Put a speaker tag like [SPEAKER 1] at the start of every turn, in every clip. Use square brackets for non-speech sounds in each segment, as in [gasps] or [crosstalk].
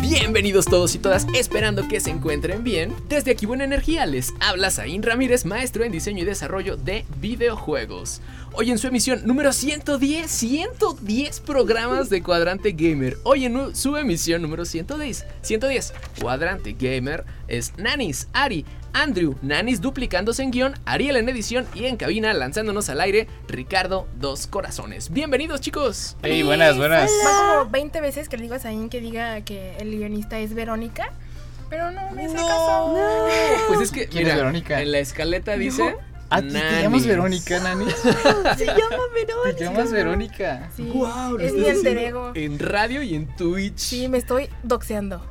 [SPEAKER 1] Bienvenidos todos y todas, esperando que se encuentren bien. Desde aquí Buena Energía les habla Zain Ramírez, maestro en diseño y desarrollo de videojuegos. Hoy en su emisión número 110, 110 programas de Cuadrante Gamer. Hoy en nu- su emisión número 110, 110 Cuadrante Gamer es Nanis, Ari, Andrew, Nanis duplicándose en guión, Ariel en edición y en cabina lanzándonos al aire, Ricardo Dos Corazones. Bienvenidos chicos.
[SPEAKER 2] Hey, buenas, buenas.
[SPEAKER 3] Van como 20 veces que le digo a Zain que diga que el guionista es Verónica, pero no me hace caso.
[SPEAKER 1] Pues es que,
[SPEAKER 2] ¿Quién
[SPEAKER 1] mira,
[SPEAKER 2] es Verónica?
[SPEAKER 1] en la escaleta dice.
[SPEAKER 2] ¿A ti te llamas
[SPEAKER 1] Nanis.
[SPEAKER 2] Verónica, Nani?
[SPEAKER 4] Se llama Verónica.
[SPEAKER 2] ¿Te llamas Verónica?
[SPEAKER 3] Sí,
[SPEAKER 1] Guau, lo
[SPEAKER 3] es mi
[SPEAKER 1] estás
[SPEAKER 3] alter
[SPEAKER 1] haciendo
[SPEAKER 3] ego.
[SPEAKER 1] En radio y en Twitch.
[SPEAKER 3] Sí, me estoy doxeando.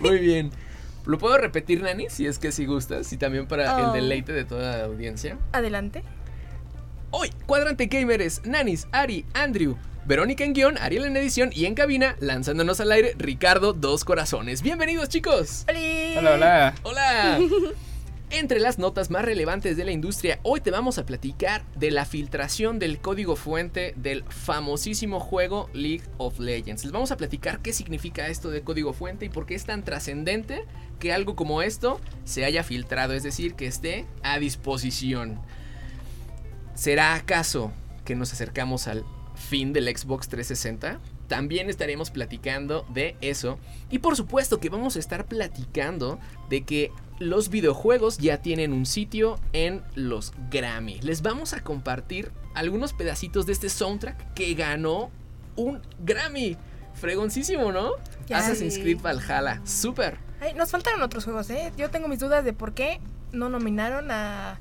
[SPEAKER 1] Muy bien. ¿Lo puedo repetir, Nani? Si es que si gustas. Y también para el
[SPEAKER 4] Oh.
[SPEAKER 1] deleite de toda la audiencia.
[SPEAKER 3] Adelante.
[SPEAKER 1] Hoy, Cuadrante Gamer es Nanis, Ari, Andrew, Verónica en guión, Ariel en edición y en cabina, lanzándonos al aire, Ricardo Dos Corazones. Bienvenidos, chicos.
[SPEAKER 3] ¡Oli!
[SPEAKER 2] Hola, hola.
[SPEAKER 1] Hola. Entre las notas más relevantes de la industria, hoy te vamos a platicar de la filtración del código fuente del famosísimo juego League of Legends. Les vamos a platicar qué significa esto de código fuente y por qué es tan trascendente que algo como esto se haya filtrado, es decir, que esté a disposición. ¿Será acaso que nos acercamos al fin del Xbox 360? También estaremos platicando de eso. Y por supuesto que vamos a estar platicando de que los videojuegos ya tienen un sitio en los Grammy. Les vamos a compartir algunos pedacitos de este soundtrack que ganó un Grammy. Fregoncísimo, ¿no?
[SPEAKER 3] Ya
[SPEAKER 1] Assassin's
[SPEAKER 3] vi.
[SPEAKER 1] Creed Valhalla. Súper.
[SPEAKER 3] Ay, nos faltaron otros juegos, ¿eh? Yo tengo mis dudas de por qué no nominaron a,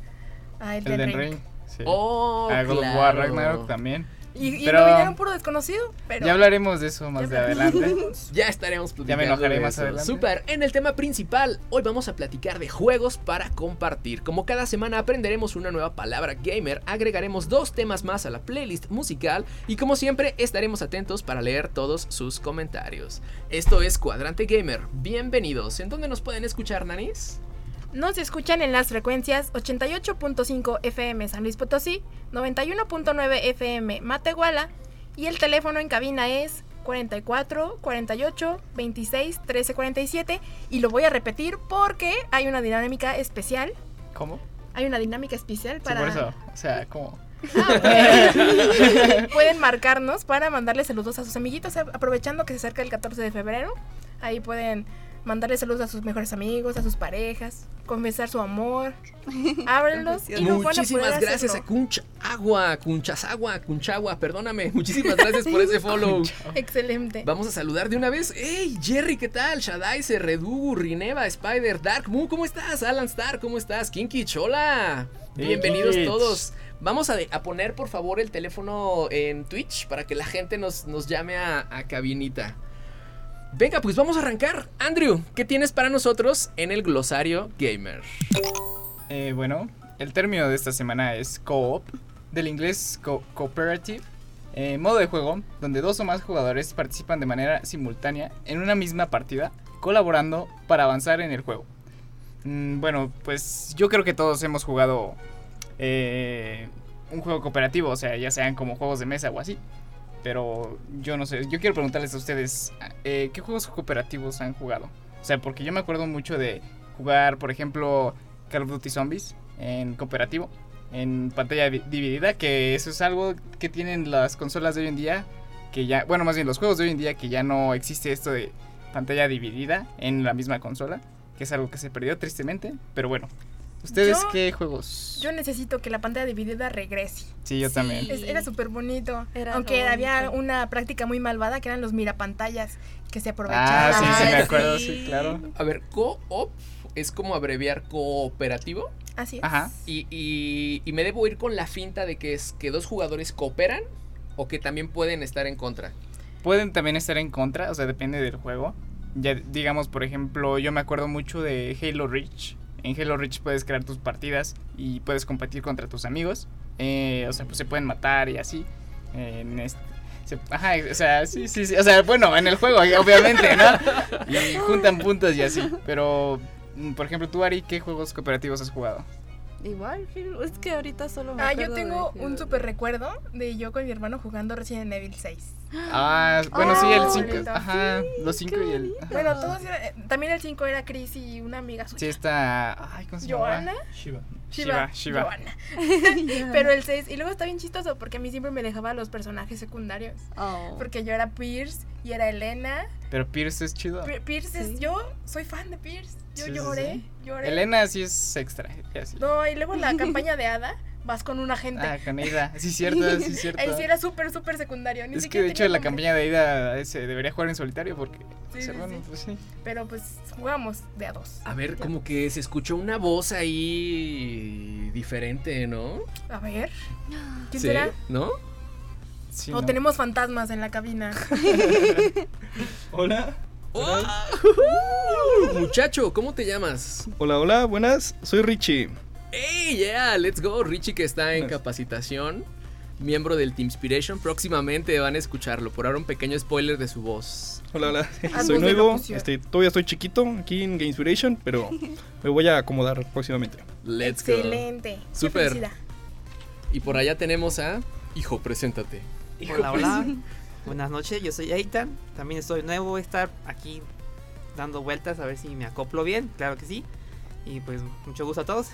[SPEAKER 3] a Elden,
[SPEAKER 2] Elden
[SPEAKER 3] Ring.
[SPEAKER 2] Ring. Sí.
[SPEAKER 1] Oh,
[SPEAKER 2] a God of
[SPEAKER 1] claro.
[SPEAKER 2] War Ragnarok también.
[SPEAKER 3] Y, y
[SPEAKER 2] Pero-
[SPEAKER 3] nominaron puro desconocido, pero...
[SPEAKER 2] Ya hablaremos de eso
[SPEAKER 3] Ya
[SPEAKER 2] más de
[SPEAKER 3] hablaremos. [laughs]
[SPEAKER 2] adelante.
[SPEAKER 1] [laughs] Ya estaremos platicando.
[SPEAKER 2] Ya me enojaré
[SPEAKER 1] de
[SPEAKER 2] más
[SPEAKER 1] eso.
[SPEAKER 2] adelante.
[SPEAKER 1] Súper. En el tema principal, hoy vamos a platicar de juegos para compartir. Como cada semana aprenderemos una nueva palabra gamer, agregaremos dos temas más a la playlist musical y como siempre estaremos atentos para leer todos sus comentarios. Esto es Cuadrante Gamer. Bienvenidos. ¿En dónde nos pueden escuchar, Nanis?
[SPEAKER 3] Nos escuchan en las frecuencias 88.5 FM San Luis Potosí, 91.9 FM Matehuala y el teléfono en cabina es 44 48 26 13 47 y lo voy a repetir porque hay una dinámica especial,
[SPEAKER 2] ¿Cómo?
[SPEAKER 3] hay una dinámica especial
[SPEAKER 2] Sí, por
[SPEAKER 3] para
[SPEAKER 2] eso. O sea, ¿cómo? [laughs]
[SPEAKER 3] pueden marcarnos para mandarle saludos a sus amiguitos a- aprovechando que se acerca el 14 de febrero. Ahí pueden mandarle saludos a sus mejores amigos, a sus parejas, confesar su amor. Ábrenlos y nos van a poder
[SPEAKER 1] Muchísimas gracias a
[SPEAKER 3] hacerlo.
[SPEAKER 1] Kunch Agua, Kunchasagua, Kunchagua, perdóname. Muchísimas gracias
[SPEAKER 3] [laughs]
[SPEAKER 1] por ese follow.
[SPEAKER 3] Excelente.
[SPEAKER 1] Vamos a saludar de una vez. ¡Hey, Jerry, qué tal? Shadai, Redugu, Rineva, Spider, Dark Moo, ¿cómo estás? Alan Star, ¿cómo estás? Kinky Chola.
[SPEAKER 2] Hey,
[SPEAKER 1] Bienvenidos
[SPEAKER 2] kids.
[SPEAKER 1] todos. Vamos a, de- a poner, por favor, el teléfono en Twitch para que la gente nos, nos llame a, a cabinita. Venga, pues vamos a arrancar. Andrew, ¿qué tienes para nosotros en el glosario gamer?
[SPEAKER 2] Eh, bueno, el término de esta semana es co-op, del inglés co- cooperative, eh, modo de juego donde dos o más jugadores participan de manera simultánea en una misma partida, colaborando para avanzar en el juego. Mm, bueno, pues yo creo que todos hemos jugado eh, un juego cooperativo, o sea, ya sean como juegos de mesa o así. Pero yo no sé, yo quiero preguntarles a ustedes, eh, ¿qué juegos cooperativos han jugado? O sea, porque yo me acuerdo mucho de jugar, por ejemplo, Call of Duty Zombies en cooperativo, en pantalla di- dividida, que eso es algo que tienen las consolas de hoy en día, que ya, bueno, más bien los juegos de hoy en día, que ya no existe esto de pantalla dividida en la misma consola, que es algo que se perdió tristemente, pero bueno. ¿Ustedes
[SPEAKER 3] Yo-
[SPEAKER 2] qué juegos?
[SPEAKER 3] Yo necesito que la pantalla dividida regrese.
[SPEAKER 2] sí, yo
[SPEAKER 4] Sí.
[SPEAKER 2] también.
[SPEAKER 3] Es- era súper bonito.
[SPEAKER 4] Era
[SPEAKER 3] Aunque
[SPEAKER 4] lo
[SPEAKER 3] había
[SPEAKER 4] bonito.
[SPEAKER 3] una práctica muy malvada que eran los mirapantallas que se
[SPEAKER 2] Ah,
[SPEAKER 3] aprovechaban.
[SPEAKER 2] sí, sí, me
[SPEAKER 4] Ay,
[SPEAKER 2] acuerdo, sí,
[SPEAKER 4] sí.
[SPEAKER 2] claro.
[SPEAKER 1] A ver, co-op es como abreviar cooperativo.
[SPEAKER 3] Así es.
[SPEAKER 2] Ajá.
[SPEAKER 1] Y, y- y me debo ir con la finta de que es que dos jugadores cooperan o que también pueden estar en contra.
[SPEAKER 2] pueden también estar en contra, o sea, depende del juego. Ya digamos, por ejemplo, yo me acuerdo mucho de Halo Reach. En Halo Reach puedes crear tus partidas y puedes competir contra tus amigos. Eh, o sea, pues se pueden matar y así. Eh, en este- se- ajá, o sea, sí, sí, sí. O sea, bueno, en el juego, obviamente, ¿no? Y juntan puntos y así. Pero, mm, por ejemplo, tú, Ari, ¿qué juegos cooperativos has jugado?
[SPEAKER 4] Igual, Halo, es que ahorita solo me
[SPEAKER 3] Ah, yo
[SPEAKER 4] acuerdo de
[SPEAKER 3] tengo
[SPEAKER 4] Halo.
[SPEAKER 3] un super recuerdo de yo con mi hermano jugando Resident Evil 6.
[SPEAKER 2] Ah, bueno, sí,
[SPEAKER 3] Ah,
[SPEAKER 4] Oh,
[SPEAKER 2] el 5.
[SPEAKER 3] bonito.
[SPEAKER 2] Ajá, los 5 y el. ajá.
[SPEAKER 3] Bueno, todos eran- eh, también el 5 era Chris y una amiga
[SPEAKER 2] Sí,
[SPEAKER 3] suya.
[SPEAKER 2] está. Ay, ¿cómo se llama?
[SPEAKER 3] Joana.
[SPEAKER 5] Shiva.
[SPEAKER 2] Shiva,
[SPEAKER 3] Shiva,
[SPEAKER 2] Shiva.
[SPEAKER 3] Joana.
[SPEAKER 4] [laughs] Ya.
[SPEAKER 3] Pero el 6, y luego está bien chistoso porque a mí siempre me dejaba los personajes secundarios.
[SPEAKER 4] Oh.
[SPEAKER 3] Porque yo era Pierce y era Elena.
[SPEAKER 2] Pero Pierce es chido.
[SPEAKER 3] Pi- Pierce es.
[SPEAKER 4] Sí.
[SPEAKER 3] Yo soy fan de Pierce. Yo
[SPEAKER 2] Sí, sí,
[SPEAKER 3] lloré,
[SPEAKER 2] sí.
[SPEAKER 3] lloré.
[SPEAKER 2] Elena sí es extra. y así.
[SPEAKER 3] No, y luego
[SPEAKER 4] [laughs]
[SPEAKER 3] la campaña de Ada, vas con un agente.
[SPEAKER 2] Ah, con Aida. Sí, cierto,
[SPEAKER 3] [laughs]
[SPEAKER 2] sí, cierto.
[SPEAKER 3] Él sí era súper, súper secundario. Ni
[SPEAKER 2] Es que
[SPEAKER 3] siquiera
[SPEAKER 2] de hecho
[SPEAKER 3] tenía
[SPEAKER 2] la
[SPEAKER 3] nombre.
[SPEAKER 2] campaña de Aida eh, se debería jugar en solitario porque.
[SPEAKER 3] Sí,
[SPEAKER 2] o sea,
[SPEAKER 3] sí,
[SPEAKER 2] bueno,
[SPEAKER 3] sí.
[SPEAKER 2] pues sí.
[SPEAKER 3] Pero pues jugamos de a dos.
[SPEAKER 1] A ver, como que se escuchó una voz ahí diferente, ¿no?
[SPEAKER 3] A ver. ¿Quién
[SPEAKER 1] Sí,
[SPEAKER 3] será?
[SPEAKER 1] ¿No?
[SPEAKER 2] Sí,
[SPEAKER 3] O
[SPEAKER 2] no.
[SPEAKER 3] Oh, tenemos fantasmas en la
[SPEAKER 2] [laughs]
[SPEAKER 3] cabina.
[SPEAKER 5] Hola.
[SPEAKER 1] ¡Oh! Uh, Muchacho, ¿cómo te llamas?
[SPEAKER 5] Hola, hola, buenas. Soy Richie.
[SPEAKER 1] ¡Hey, yeah! Let's go. Richie que está en
[SPEAKER 5] Gracias.
[SPEAKER 1] capacitación, miembro del Team Inspiration. Próximamente van a escucharlo. Por ahora un pequeño spoiler de su voz.
[SPEAKER 5] Hola, hola.
[SPEAKER 3] Ambos
[SPEAKER 5] [laughs] Soy
[SPEAKER 3] de
[SPEAKER 5] nuevo.
[SPEAKER 3] locución.
[SPEAKER 5] Este, todavía estoy chiquito aquí en Game Inspiration,
[SPEAKER 3] [laughs]
[SPEAKER 5] pero me voy a acomodar próximamente.
[SPEAKER 1] Let's go.
[SPEAKER 3] Excelente. Qué
[SPEAKER 1] Súper.
[SPEAKER 3] felicidad.
[SPEAKER 1] Y por allá tenemos a... Hijo, preséntate.
[SPEAKER 6] Hola, hola. Buenas noches, yo soy Eitan. También estoy nuevo, voy a estar aquí dando vueltas a ver si me acoplo bien, claro que sí. Y pues mucho gusto a todos.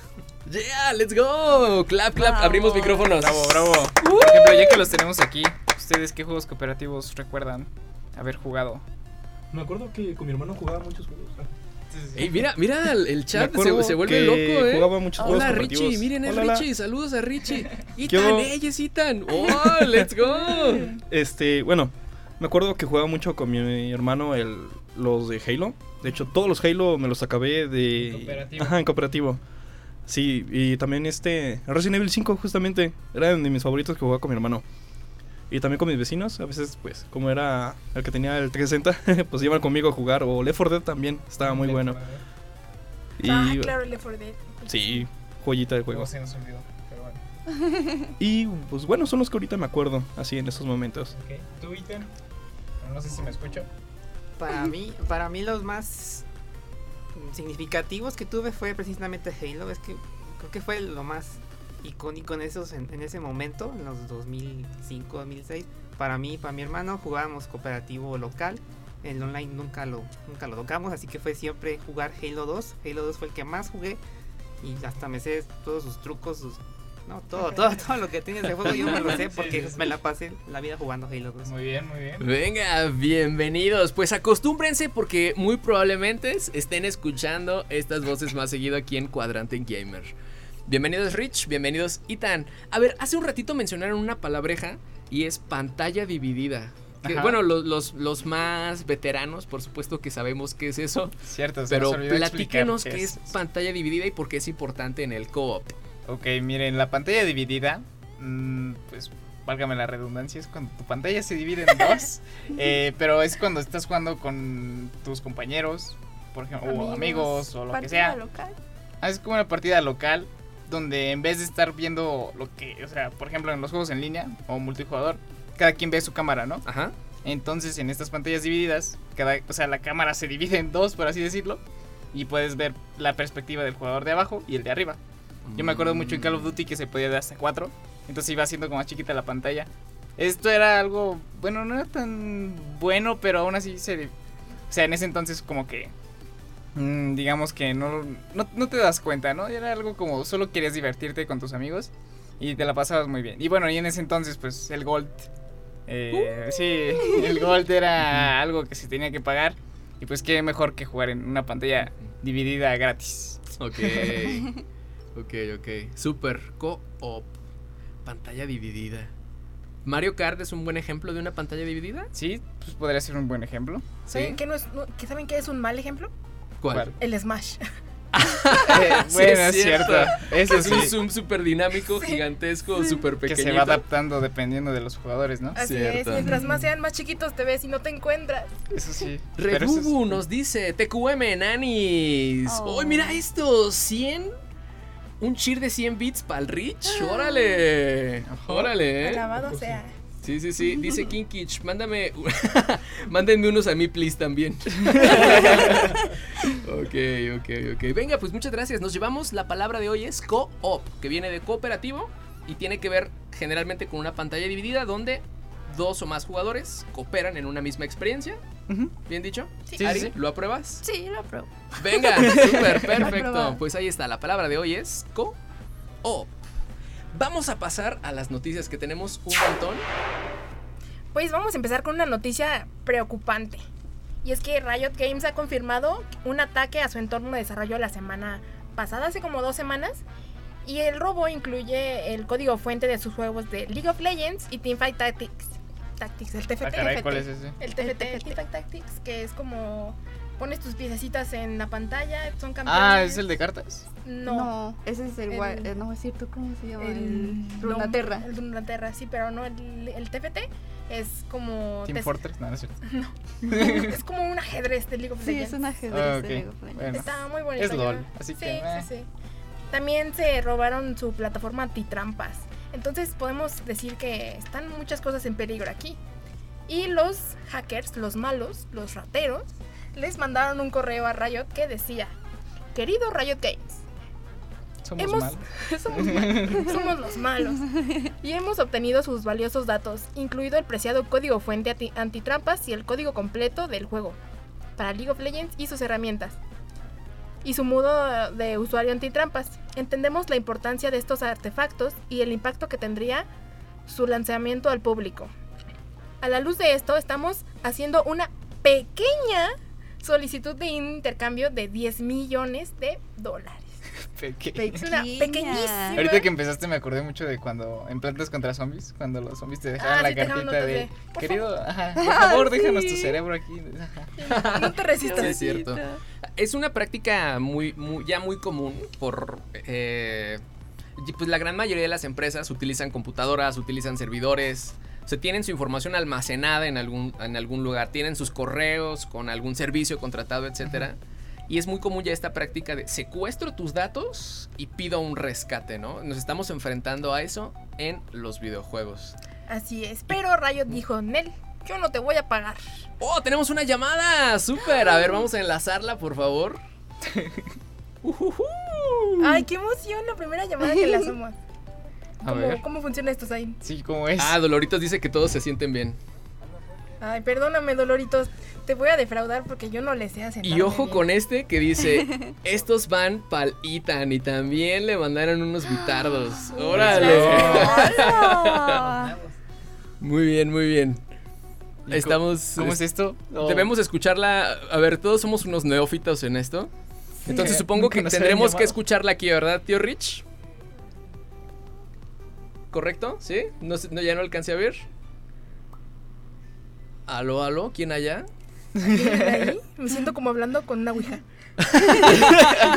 [SPEAKER 1] ¡Yeah! ¡Let's go! Oh, Clap, clap. Abrimos micrófonos.
[SPEAKER 2] Bravo, bravo.
[SPEAKER 3] Uh.
[SPEAKER 2] Por ejemplo, ya que los tenemos aquí, ¿ustedes qué juegos cooperativos recuerdan haber jugado?
[SPEAKER 5] Me acuerdo que con mi hermano jugaba muchos juegos. ah.
[SPEAKER 1] Ey, mira, mira, el- el chat
[SPEAKER 5] Me acuerdo
[SPEAKER 1] se, se vuelve
[SPEAKER 5] que
[SPEAKER 1] loco, ¿eh?
[SPEAKER 5] jugaba muchos juegos
[SPEAKER 1] Hola
[SPEAKER 5] cooperativos.
[SPEAKER 1] Richie, miren, es
[SPEAKER 5] Hola, hola.
[SPEAKER 1] Richie, saludos a [laughs] Richie.
[SPEAKER 5] ¿Qué
[SPEAKER 1] Itan,
[SPEAKER 5] hubo?
[SPEAKER 1] ella es Itan. ¡Oh, let's go!
[SPEAKER 5] Este, bueno, me acuerdo que jugaba mucho con mi hermano el, los de Halo. De hecho, todos los Halo me los acabé de.
[SPEAKER 2] En cooperativo.
[SPEAKER 5] Ajá, en cooperativo. Sí, y también este. Resident Evil 5, justamente. Era de mis favoritos que jugaba con mi hermano. Y también con mis vecinos. A veces, pues, como era el que tenía el 360, [laughs] pues iban conmigo a jugar. O Left 4 Dead también. Estaba muy bueno. Y.
[SPEAKER 3] Ah, claro, Left 4 Dead.
[SPEAKER 5] Sí, joyita de
[SPEAKER 2] Luego
[SPEAKER 5] juegos.
[SPEAKER 2] se nos olvidó, pero bueno.
[SPEAKER 5] Y pues bueno, son los que ahorita me acuerdo, así en estos momentos.
[SPEAKER 2] Ok, ¿tú, Ethan? No sé si me escucho.
[SPEAKER 6] Para mí, para mí los más significativos que tuve fue precisamente Halo. Es que creo que fue lo más icónico en esos en, en ese momento, en los 2005, 2006. Para mí, para mi hermano jugábamos cooperativo local. El online nunca lo nunca lo tocamos, así que fue siempre jugar Halo 2. Halo 2 fue el que más jugué y hasta me sé todos sus trucos, sus no,
[SPEAKER 2] [laughs]
[SPEAKER 6] todo, todo, todo lo que tiene ese juego yo me lo sé porque me la pasé la vida jugando Halo 2.
[SPEAKER 2] Muy bien, muy bien.
[SPEAKER 1] [laughs] Venga, bienvenidos. Pues acostúmbrense porque muy probablemente estén escuchando estas voces más seguido aquí en Cuadrante Gamer. Bienvenidos Rich, bienvenidos Itan. A ver, hace un ratito mencionaron una palabreja y es pantalla dividida. Que,
[SPEAKER 2] Ajá.
[SPEAKER 1] bueno, los, los, los más veteranos, por supuesto que sabemos qué es eso,
[SPEAKER 2] Cierto, se
[SPEAKER 1] pero
[SPEAKER 2] nos olvidó explicar
[SPEAKER 1] platíquenos
[SPEAKER 2] qué
[SPEAKER 1] qué es pantalla dividida y por qué es importante en el co-op.
[SPEAKER 2] Ok, miren, la pantalla dividida, mm, pues válgame la redundancia, es cuando tu pantalla se divide en
[SPEAKER 1] [laughs]
[SPEAKER 2] dos, eh, pero es cuando estás jugando con tus compañeros, por ejemplo, [laughs] o amigos o lo que
[SPEAKER 4] Partida
[SPEAKER 2] sea.
[SPEAKER 4] local.
[SPEAKER 2] Ah, Es como una partida local donde en vez de estar viendo lo que, o sea, por ejemplo, en los juegos en línea o multijugador, cada quien ve su cámara, ¿no?
[SPEAKER 1] Ajá.
[SPEAKER 2] Entonces, en estas pantallas divididas, cada, o sea, la cámara se divide en dos, por así decirlo, y puedes ver la perspectiva del jugador de abajo y el de arriba. Yo me acuerdo mucho en Call of Duty que se podía de hasta 4. Entonces iba haciendo como más chiquita la pantalla. Esto era algo, bueno, no era tan bueno, pero aún así se... O sea, en ese entonces como que... mm, digamos que no, no, no te das cuenta, ¿no? Era algo como solo querías divertirte con tus amigos y te la pasabas muy bien. Y bueno, y en ese entonces pues el Gold... eh, Sí, el Gold era algo que se tenía que pagar. Y pues qué mejor que jugar en una pantalla dividida gratis.
[SPEAKER 1] Ok.
[SPEAKER 2] [laughs]
[SPEAKER 1] Ok, ok. Super co-op. Pantalla dividida. Mario Kart es un buen ejemplo de una pantalla dividida.
[SPEAKER 2] Sí, pues podría ser un buen ejemplo.
[SPEAKER 3] ¿Saben, qué no es, no- qué- ¿Saben qué es un mal ejemplo?
[SPEAKER 2] [laughs]
[SPEAKER 1] ¿Cuál?
[SPEAKER 2] ¿Cuál?
[SPEAKER 3] El Smash. [laughs]
[SPEAKER 2] Eh,
[SPEAKER 1] Sí,
[SPEAKER 2] bueno,
[SPEAKER 1] es
[SPEAKER 2] es cierto.
[SPEAKER 1] cierto.
[SPEAKER 2] Eso
[SPEAKER 1] Es un
[SPEAKER 2] sí.
[SPEAKER 1] zoom súper dinámico, gigantesco, súper
[SPEAKER 2] Que
[SPEAKER 1] pequeñito.
[SPEAKER 2] se va adaptando dependiendo de los jugadores, ¿no?
[SPEAKER 3] Así
[SPEAKER 1] Cierto.
[SPEAKER 3] es, mientras más sean más chiquitos te ves y no te encuentras.
[SPEAKER 2] Eso sí.
[SPEAKER 3] [laughs]
[SPEAKER 2] pero eso es-
[SPEAKER 1] Rebubu nos dice, TQM, nanis.
[SPEAKER 4] Oh.
[SPEAKER 1] ¡Uy, mira esto! 100. Un cheer de 100 bits para el Rich. Órale.
[SPEAKER 2] Ajá.
[SPEAKER 1] Órale. ¿eh?
[SPEAKER 3] Alabado sea.
[SPEAKER 1] Sí, sí, sí. Dice Kinkich, mándame.
[SPEAKER 3] [laughs]
[SPEAKER 1] un- Mándenme unos a mí,
[SPEAKER 2] [laughs]
[SPEAKER 1] please, también. ok, ok, ok. Venga, pues muchas gracias. Nos llevamos. La palabra de hoy es co-op, que viene de cooperativo y tiene que ver generalmente con una pantalla dividida donde dos o más jugadores cooperan en una misma experiencia.
[SPEAKER 2] Ujú.
[SPEAKER 1] ¿Bien dicho?
[SPEAKER 3] Sí.
[SPEAKER 2] Sí,
[SPEAKER 1] Ari,
[SPEAKER 2] sí, sí.
[SPEAKER 1] ¿lo apruebas?
[SPEAKER 4] Sí, lo apruebo.
[SPEAKER 3] [laughs]
[SPEAKER 1] Venga, súper, perfecto.
[SPEAKER 4] Aprobado.
[SPEAKER 1] Pues ahí está, la palabra de hoy es co-op. Vamos a pasar a las noticias que tenemos un montón.
[SPEAKER 3] Pues vamos a empezar con una noticia preocupante. Y es que Riot Games ha confirmado un ataque a su entorno de desarrollo la semana pasada, hace como dos semanas. Y el robo incluye el código fuente de sus juegos de League of Legends y Teamfight Tactics. Tactics, el TFT.
[SPEAKER 2] Ah, caray, ¿cuál es ese?
[SPEAKER 3] El TFT,
[SPEAKER 4] El TFT.
[SPEAKER 3] Teamfight Tactics, que es como pones tus piececitas en la pantalla, son campeones.
[SPEAKER 2] Ah, ¿es el de cartas?
[SPEAKER 3] No.
[SPEAKER 4] No, ese es el,
[SPEAKER 3] El-
[SPEAKER 4] gua- eh, No, es cierto, ¿cómo se llama?
[SPEAKER 3] El
[SPEAKER 4] El Runaterra.
[SPEAKER 3] El Runaterra, sí, pero no el, el TFT. Es como.
[SPEAKER 2] Team
[SPEAKER 3] te-
[SPEAKER 2] Fortress, no, no es cierto. [laughs]
[SPEAKER 4] [laughs]
[SPEAKER 3] es como un ajedrez de League of
[SPEAKER 4] Sí,
[SPEAKER 3] Legends.
[SPEAKER 4] es un ajedrez
[SPEAKER 2] Ah,
[SPEAKER 4] de
[SPEAKER 2] ok.
[SPEAKER 4] League of Legends.
[SPEAKER 2] Bueno.
[SPEAKER 3] Está muy bonito.
[SPEAKER 2] Es
[SPEAKER 3] yo
[SPEAKER 2] LOL,
[SPEAKER 3] creo.
[SPEAKER 2] así
[SPEAKER 3] Sí,
[SPEAKER 2] que, eh.
[SPEAKER 3] sí, sí. También se robaron su plataforma Titrampas. Entonces podemos decir que están muchas cosas en peligro aquí. Y los hackers, los malos, los rateros, les mandaron un correo a Riot que decía, querido Riot Games,
[SPEAKER 2] Somos
[SPEAKER 3] Hemos-
[SPEAKER 2] malos.
[SPEAKER 3] [laughs] somos, mal- [laughs] somos los malos. Y hemos obtenido sus valiosos datos, incluido el preciado código fuente anti- antitrampas y el código completo del juego para League of Legends y sus herramientas. Y su modo de usuario antitrampas. Entendemos la importancia de estos artefactos y el impacto que tendría su lanzamiento al público. A la luz de esto, estamos haciendo una pequeña solicitud de intercambio de 10 millones de dólares.
[SPEAKER 2] Peque-
[SPEAKER 3] Es una pequeñísima.
[SPEAKER 2] Ahorita que empezaste me acordé mucho de cuando en Plantas contra Zombies, cuando los zombies te dejaban
[SPEAKER 3] Ah,
[SPEAKER 2] la
[SPEAKER 3] sí, te dejaban
[SPEAKER 2] cartita de,
[SPEAKER 3] notas de, "Por Ah,
[SPEAKER 2] querido, ajá, por
[SPEAKER 3] [laughs]
[SPEAKER 2] favor,
[SPEAKER 4] sí.
[SPEAKER 2] déjanos tu cerebro aquí. [laughs] Ajá.
[SPEAKER 3] No te
[SPEAKER 1] Sí,
[SPEAKER 3] resistas.
[SPEAKER 1] es cierto.
[SPEAKER 4] Pobrecito.
[SPEAKER 1] Es una práctica muy, muy- ya muy común por eh, y pues la gran mayoría de las empresas utilizan computadoras, utilizan servidores, o sea, tienen su información almacenada en algún, en algún lugar, tienen sus correos con algún servicio contratado, etcétera. Y es muy común ya esta práctica de secuestro tus datos y pido un rescate, ¿no? Nos estamos enfrentando a eso en los videojuegos.
[SPEAKER 3] Así es. Pero Riot dijo, Nel, yo no te voy a pagar.
[SPEAKER 1] ¡Oh, tenemos una llamada! Ah, ¡Súper! A ver, vamos a enlazarla, por favor. Ujujú.
[SPEAKER 3] Ay, qué emoción, la primera llamada que le
[SPEAKER 1] [laughs]
[SPEAKER 3] hacemos.
[SPEAKER 2] A
[SPEAKER 3] ¿Cómo,
[SPEAKER 2] ver,
[SPEAKER 3] ¿Cómo funciona esto, Zain?
[SPEAKER 2] sí, ¿cómo es?
[SPEAKER 1] Ah, Doloritos dice que todos se sienten bien.
[SPEAKER 3] Ay, perdóname, Doloritos. Te voy a defraudar porque yo no le sé hacer.
[SPEAKER 1] Y ojo con este que dice, estos van pal Itan y también le mandaron unos bitardos. Órale.
[SPEAKER 4] ¡Hola!
[SPEAKER 1] Muy bien, muy bien.
[SPEAKER 2] ¿Y
[SPEAKER 1] Estamos...
[SPEAKER 2] ¿Cómo es esto? No.
[SPEAKER 1] Debemos escucharla. A ver, todos somos unos neófitos en esto. Entonces
[SPEAKER 2] Sí.
[SPEAKER 1] supongo que
[SPEAKER 2] Nunca nos habían
[SPEAKER 1] tendremos que
[SPEAKER 2] llamado.
[SPEAKER 1] escucharla aquí, ¿verdad, tío Rich? ¿Correcto? ¿Sí? No, sé- no, ya no alcancé a ver. Aló, aló, ¿quién allá?
[SPEAKER 3] ahí? Me siento como hablando con una
[SPEAKER 1] [laughs]
[SPEAKER 3] ouija.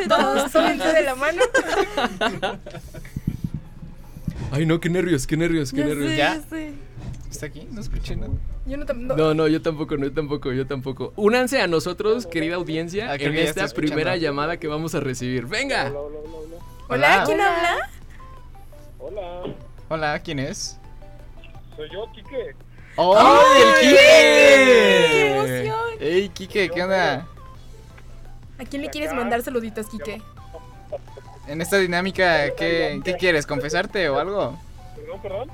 [SPEAKER 3] Todos solamente de la mano. [laughs]
[SPEAKER 1] Ay, no, qué nervios, qué nervios, qué
[SPEAKER 4] Ya
[SPEAKER 1] nervios.
[SPEAKER 4] sé,
[SPEAKER 2] ¿Ya?
[SPEAKER 4] ya sé.
[SPEAKER 2] ¿Está aquí? No escuché nada.
[SPEAKER 3] Yo no, tam- no-
[SPEAKER 1] No, no, yo tampoco, no, yo tampoco, yo tampoco. Únanse a nosotros, querida audiencia,
[SPEAKER 2] Ah, creo
[SPEAKER 1] en
[SPEAKER 2] que ya está
[SPEAKER 1] esta
[SPEAKER 2] escuchando.
[SPEAKER 1] primera llamada que vamos a recibir. ¡Venga!
[SPEAKER 3] Hola, ¿quién
[SPEAKER 4] Ah. Hola.
[SPEAKER 3] habla?
[SPEAKER 7] Hola,
[SPEAKER 2] Hola, ¿quién es?
[SPEAKER 7] soy yo, Quique.
[SPEAKER 2] ¡Oh, el Kike! ¡Qué emoción! ¡Ey, Kike, qué onda!
[SPEAKER 3] ¿A quién le quieres mandar saluditos, Quique?
[SPEAKER 2] En esta dinámica, ¿qué, ¿qué quieres? ¿Confesarte o algo?
[SPEAKER 7] Perdón, perdón.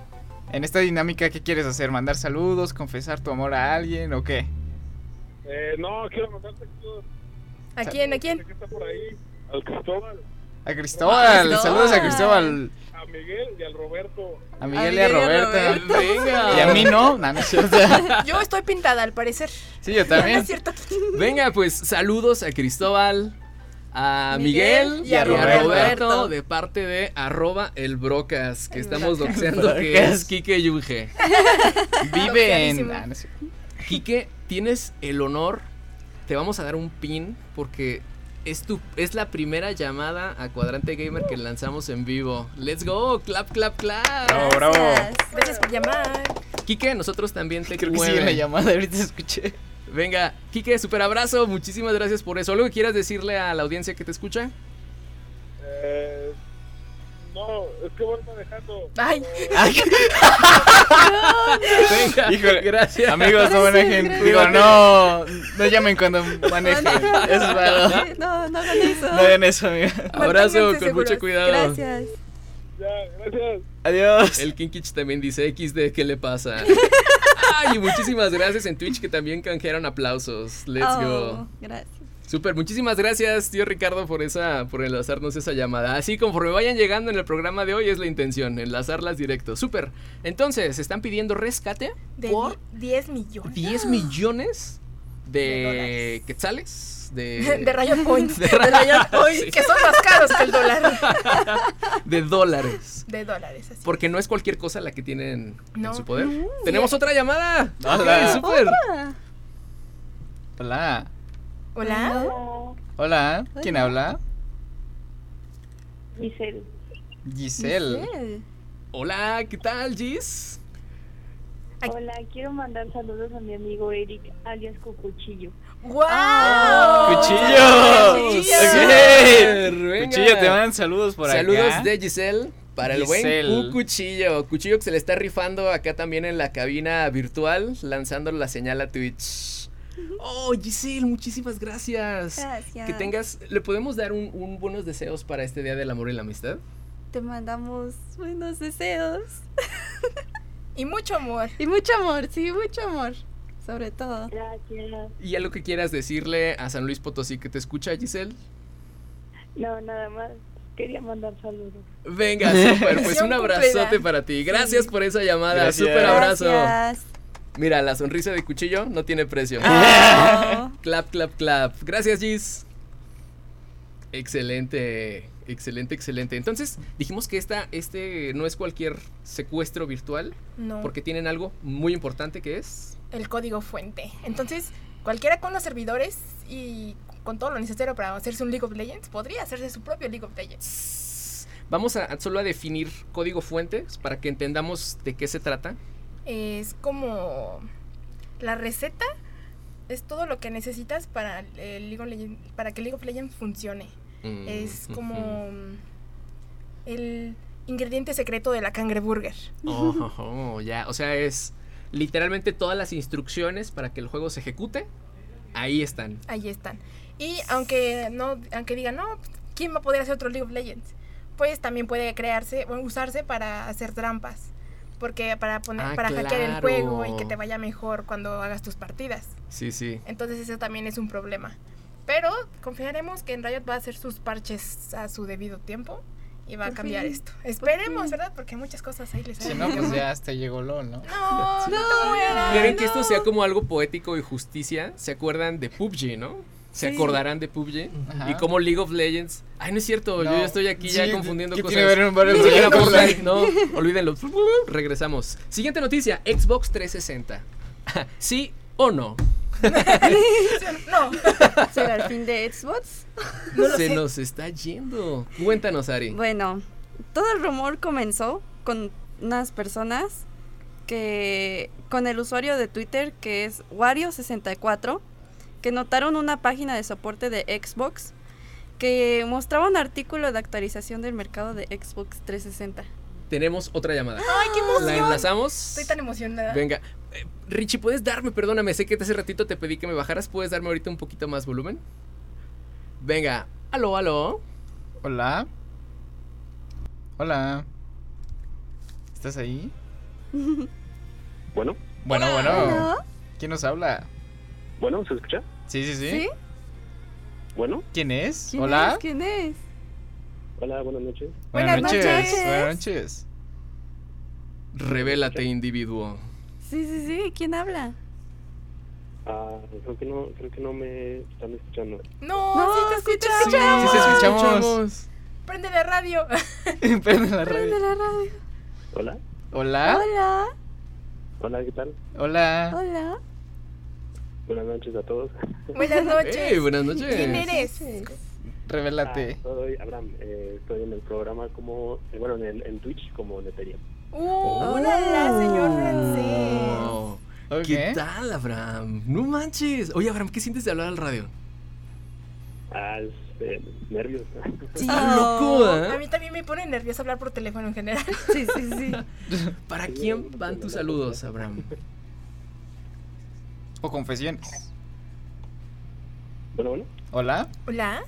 [SPEAKER 2] En esta dinámica, ¿qué quieres hacer? ¿Mandar saludos? ¿Confesar tu amor a alguien o qué?
[SPEAKER 7] Eh, no, quiero mandarte saludos.
[SPEAKER 3] ¿A quién? ¿A quién?
[SPEAKER 7] que está por ahí. Al Cristóbal,
[SPEAKER 2] A Cristóbal, saludos a Cristóbal,
[SPEAKER 7] a Miguel y al Roberto.
[SPEAKER 2] a Miguel y a Roberta. [laughs]
[SPEAKER 1] ¡Venga!
[SPEAKER 2] Y a mí no, no, no es
[SPEAKER 1] [laughs]
[SPEAKER 2] cierto.
[SPEAKER 3] Yo estoy pintada, al parecer.
[SPEAKER 2] Sí, yo
[SPEAKER 3] [laughs] No
[SPEAKER 2] también.
[SPEAKER 3] es cierto, Quique.
[SPEAKER 1] Venga, pues saludos a Cristóbal, a Miguel,
[SPEAKER 4] Miguel
[SPEAKER 1] y a, Roberto.
[SPEAKER 2] Roberto.
[SPEAKER 1] de parte de arroba el brocas, que
[SPEAKER 4] El
[SPEAKER 1] estamos
[SPEAKER 4] Brocas.
[SPEAKER 1] doxeando que
[SPEAKER 2] Brocas.
[SPEAKER 1] es Quique Yunge.
[SPEAKER 2] Vive en.
[SPEAKER 3] Bloqueadísimo.
[SPEAKER 2] ah, no es cierto.
[SPEAKER 1] Quique, tienes el honor, te vamos a dar un pin porque... es, tu, es la primera llamada a Cuadrante Gamer que lanzamos en vivo. ¡Let's go! ¡Clap, clap, clap!
[SPEAKER 5] Bravo, bravo.
[SPEAKER 4] Gracias.
[SPEAKER 3] Gracias por llamar.
[SPEAKER 1] Kike, nosotros también te
[SPEAKER 2] Creo que sigue la
[SPEAKER 1] cueve.
[SPEAKER 2] llamada, ahorita escuché.
[SPEAKER 1] Venga, Kike, super abrazo. Muchísimas gracias por eso. ¿Algo que quieras decirle a la audiencia que te escucha?
[SPEAKER 7] Eh, no, es que voy manejando.
[SPEAKER 3] Ay.
[SPEAKER 1] Venga,
[SPEAKER 2] [laughs] Híjole.
[SPEAKER 1] gracias.
[SPEAKER 2] Amigos, no manejen.
[SPEAKER 4] Gracias,
[SPEAKER 2] Digo,
[SPEAKER 4] gracias.
[SPEAKER 2] no, no llamen cuando manejen. Eso es malo.
[SPEAKER 1] [laughs]
[SPEAKER 4] Sí, No, no hagan eso.
[SPEAKER 2] No hagan eso, amigos.
[SPEAKER 1] Abrazo, con
[SPEAKER 4] Manténganse
[SPEAKER 1] mucho
[SPEAKER 4] seguros.
[SPEAKER 1] cuidado.
[SPEAKER 4] Gracias.
[SPEAKER 7] Ya, gracias.
[SPEAKER 2] Adiós.
[SPEAKER 1] El Kinkich también dice XD, ¿qué
[SPEAKER 4] [laughs]
[SPEAKER 1] le pasa? Ay, y muchísimas gracias en Twitch que también canjearon aplausos. Let's
[SPEAKER 4] Oh,
[SPEAKER 1] go.
[SPEAKER 4] Gracias.
[SPEAKER 1] Super, muchísimas gracias, tío Ricardo, por esa, por enlazarnos esa llamada. Así conforme vayan llegando en el programa de hoy es la intención, enlazarlas directo. Super. Entonces, están pidiendo rescate
[SPEAKER 3] De
[SPEAKER 1] por
[SPEAKER 3] di- 10 millones.
[SPEAKER 1] 10 millones
[SPEAKER 3] De
[SPEAKER 1] de
[SPEAKER 3] dólares.
[SPEAKER 1] quetzales.
[SPEAKER 2] Eh.
[SPEAKER 3] [laughs]
[SPEAKER 1] De,
[SPEAKER 3] De Riot
[SPEAKER 2] [laughs]
[SPEAKER 3] Points.
[SPEAKER 1] De
[SPEAKER 3] De
[SPEAKER 1] Riot-
[SPEAKER 3] Riot Points.
[SPEAKER 1] Sí.
[SPEAKER 3] Que son más caros que el dólar. [laughs]
[SPEAKER 1] de dólares.
[SPEAKER 3] De dólares, así.
[SPEAKER 1] Porque no es cualquier cosa la que tienen en
[SPEAKER 3] No. Mm.
[SPEAKER 1] su poder. Tenemos otra llamada.
[SPEAKER 2] Hola.
[SPEAKER 1] Ok, super.
[SPEAKER 2] Hola.
[SPEAKER 3] Hola.
[SPEAKER 2] Hola. ¿Quién
[SPEAKER 4] Hola.
[SPEAKER 2] habla?
[SPEAKER 8] Giselle.
[SPEAKER 2] Giselle.
[SPEAKER 1] Hola, ¿qué tal, Gis?
[SPEAKER 3] Ay.
[SPEAKER 8] Hola, quiero mandar saludos a mi amigo Eric, alias Cucuchillo.
[SPEAKER 3] ¡Wow!
[SPEAKER 1] Ah,
[SPEAKER 2] ¡Cuchillos!
[SPEAKER 1] Super, venga.
[SPEAKER 2] Cuchillo, te mandan saludos por
[SPEAKER 1] Saludos
[SPEAKER 2] acá.
[SPEAKER 1] de Giselle para el
[SPEAKER 2] Giselle.
[SPEAKER 1] buen Q Cuchillo. Cuchillo que se le está rifando acá también en la cabina virtual, lanzando la señal a Twitch. Oh, Giselle, muchísimas gracias.
[SPEAKER 4] Gracias.
[SPEAKER 1] Que tengas, ¿le podemos dar un, un buenos deseos para este Día del Amor y la Amistad?
[SPEAKER 4] Te mandamos buenos deseos.
[SPEAKER 3] [laughs] Y mucho amor.
[SPEAKER 4] Y mucho amor, sí, mucho amor. Sobre todo.
[SPEAKER 8] Gracias.
[SPEAKER 1] ¿Y algo que quieras decirle a San Luis Potosí que te escucha, Giselle?
[SPEAKER 8] No, nada más. Quería mandar saludos.
[SPEAKER 1] [laughs] Venga, súper, pues
[SPEAKER 3] Sí,
[SPEAKER 1] un
[SPEAKER 3] un
[SPEAKER 1] abrazote
[SPEAKER 3] cumpleaños.
[SPEAKER 1] para ti. Gracias por esa llamada,
[SPEAKER 2] Gracias.
[SPEAKER 1] súper abrazo.
[SPEAKER 4] Gracias.
[SPEAKER 1] Mira, la sonrisa de Cuchillo no tiene precio.
[SPEAKER 4] Oh,
[SPEAKER 1] [laughs] Clap, clap, clap. Gracias, Gis. Excelente, excelente, excelente. Entonces, dijimos que esta, este no es cualquier secuestro virtual,
[SPEAKER 3] No.
[SPEAKER 1] porque tienen algo muy importante que es.
[SPEAKER 3] el código fuente. Entonces, cualquiera con los servidores y con todo lo necesario para hacerse un League of Legends, podría hacerse su propio League of Legends.
[SPEAKER 1] Vamos a, solo a definir código fuentes para que entendamos de qué se trata.
[SPEAKER 3] Es como la receta es todo lo que necesitas para el League of Legends, para que League of Legends funcione.
[SPEAKER 1] Mm,
[SPEAKER 3] Es
[SPEAKER 1] ujú.
[SPEAKER 3] como el ingrediente secreto de la cangreburger.
[SPEAKER 1] Oh, oh, [laughs] oh, ya, o sea, es literalmente todas las instrucciones para que el juego se ejecute. Ahí están.
[SPEAKER 3] Ahí están. Y aunque no, aunque digan, no, ¿quién va a poder hacer otro League of Legends? Pues también puede crearse, bueno, usarse para hacer trampas. Porque para poner,
[SPEAKER 1] Ah,
[SPEAKER 3] para hackear el juego y que
[SPEAKER 1] claro.
[SPEAKER 3] te vaya mejor cuando hagas tus partidas.
[SPEAKER 1] Sí, sí.
[SPEAKER 3] Entonces eso también es un problema. Pero confiaremos que en Riot va a hacer sus parches a su debido tiempo y va a
[SPEAKER 4] Por
[SPEAKER 3] cambiar
[SPEAKER 4] fin,
[SPEAKER 3] esto. Esperemos,
[SPEAKER 4] fin.
[SPEAKER 3] ¿verdad? Porque muchas cosas ahí les
[SPEAKER 2] Si
[SPEAKER 3] salen.
[SPEAKER 2] no, pues ya hasta llegó LOL, ¿no?
[SPEAKER 3] [laughs] No, no, te mueras.
[SPEAKER 1] Quieren que
[SPEAKER 3] Ah, no.
[SPEAKER 1] esto sea como algo poético y justicia. ¿Se acuerdan de PUBG, no? ¿Se
[SPEAKER 4] Sí.
[SPEAKER 1] acordarán de PUBG?
[SPEAKER 2] Ajá.
[SPEAKER 1] Y como League of Legends. Ay, no es cierto, yo
[SPEAKER 2] No.
[SPEAKER 1] ya estoy aquí ya
[SPEAKER 2] Sí,
[SPEAKER 1] confundiendo
[SPEAKER 2] ¿qué
[SPEAKER 1] cosas.
[SPEAKER 2] tiene que ver un barrio
[SPEAKER 1] Ni siquiera
[SPEAKER 2] con League of
[SPEAKER 1] aportan,
[SPEAKER 2] Legends?
[SPEAKER 1] no, olvídenlo. Regresamos. [laughs] Siguiente noticia, Xbox 360. ¿Sí o no?
[SPEAKER 3] No,
[SPEAKER 4] ¿Será el fin de Xbox?
[SPEAKER 3] no lo
[SPEAKER 1] [laughs] Se
[SPEAKER 3] sé.
[SPEAKER 1] nos está yendo. Cuéntanos, Ari.
[SPEAKER 4] Bueno, todo el rumor comenzó con unas personas que con el usuario de Twitter que es Wario64 que notaron una página de soporte de Xbox que mostraba un artículo de actualización del mercado de Xbox 360.
[SPEAKER 1] Tenemos otra llamada.
[SPEAKER 3] Ay, qué
[SPEAKER 1] ¿La
[SPEAKER 3] emoción.
[SPEAKER 1] enlazamos?
[SPEAKER 3] Estoy tan emocionada.
[SPEAKER 1] Venga. Eh, Richie, ¿puedes darme? Perdóname, sé que hace ratito te pedí que me bajaras. ¿Puedes darme ahorita un poquito más volumen? Venga. Aló, aló.
[SPEAKER 2] Hola. Hola. ¿Estás ahí?
[SPEAKER 9] Bueno,
[SPEAKER 2] Bueno, bueno.
[SPEAKER 4] Hola.
[SPEAKER 2] ¿Quién nos habla?
[SPEAKER 9] bueno, ¿se escucha?
[SPEAKER 2] Sí, sí, sí.
[SPEAKER 4] ¿Sí?
[SPEAKER 9] Bueno,
[SPEAKER 2] ¿Quién es?
[SPEAKER 4] ¿Quién
[SPEAKER 2] Hola.
[SPEAKER 4] es? ¿Quién es?
[SPEAKER 9] hola, buenas noches.
[SPEAKER 2] Buenas,
[SPEAKER 4] Buenas
[SPEAKER 2] noches.
[SPEAKER 4] noches.
[SPEAKER 2] Buenas noches.
[SPEAKER 1] Revélate, individuo.
[SPEAKER 4] Sí, sí, sí, ¿quién habla?
[SPEAKER 9] Ah, creo que no, creo que no me están escuchando.
[SPEAKER 3] No,
[SPEAKER 4] No,
[SPEAKER 3] sí te
[SPEAKER 4] sí te
[SPEAKER 3] escuchamos.
[SPEAKER 2] Sí, sí, escuchamos.
[SPEAKER 3] Prende la radio. [laughs]
[SPEAKER 2] [laughs] Prende la
[SPEAKER 4] Prende
[SPEAKER 2] radio. ¿Ah?
[SPEAKER 4] la radio.
[SPEAKER 9] Hola,
[SPEAKER 2] Hola.
[SPEAKER 4] Hola,
[SPEAKER 9] hola, ¿qué tal?
[SPEAKER 2] Hola.
[SPEAKER 4] hola.
[SPEAKER 9] Buenas noches a todos. [laughs]
[SPEAKER 3] Buenas noches.
[SPEAKER 1] Hey, buenas noches.
[SPEAKER 3] ¿Quién eres?
[SPEAKER 2] Revélate.
[SPEAKER 9] Ah, soy Abraham, eh, estoy en el programa como, eh, bueno, en, el, en Twitch como Neteria.
[SPEAKER 1] Oh.
[SPEAKER 3] ¡Hola, señor francés!
[SPEAKER 1] Oh,
[SPEAKER 2] Ok.
[SPEAKER 1] ¿Qué tal, Abraham? No manches. Oye, Abraham, ¿qué sientes de hablar al radio?
[SPEAKER 9] Ah, es, eh, nervios.
[SPEAKER 4] Sí.
[SPEAKER 1] Está loco,
[SPEAKER 3] A
[SPEAKER 1] ¿eh?
[SPEAKER 3] mí también me pone nerviosa hablar por teléfono en general.
[SPEAKER 4] [laughs] Sí, sí, sí.
[SPEAKER 1] ¿Para quién van tus saludos, [laughs] Abraham?
[SPEAKER 2] O confesiones.
[SPEAKER 9] bueno, bueno.
[SPEAKER 2] Hola.
[SPEAKER 3] Hola.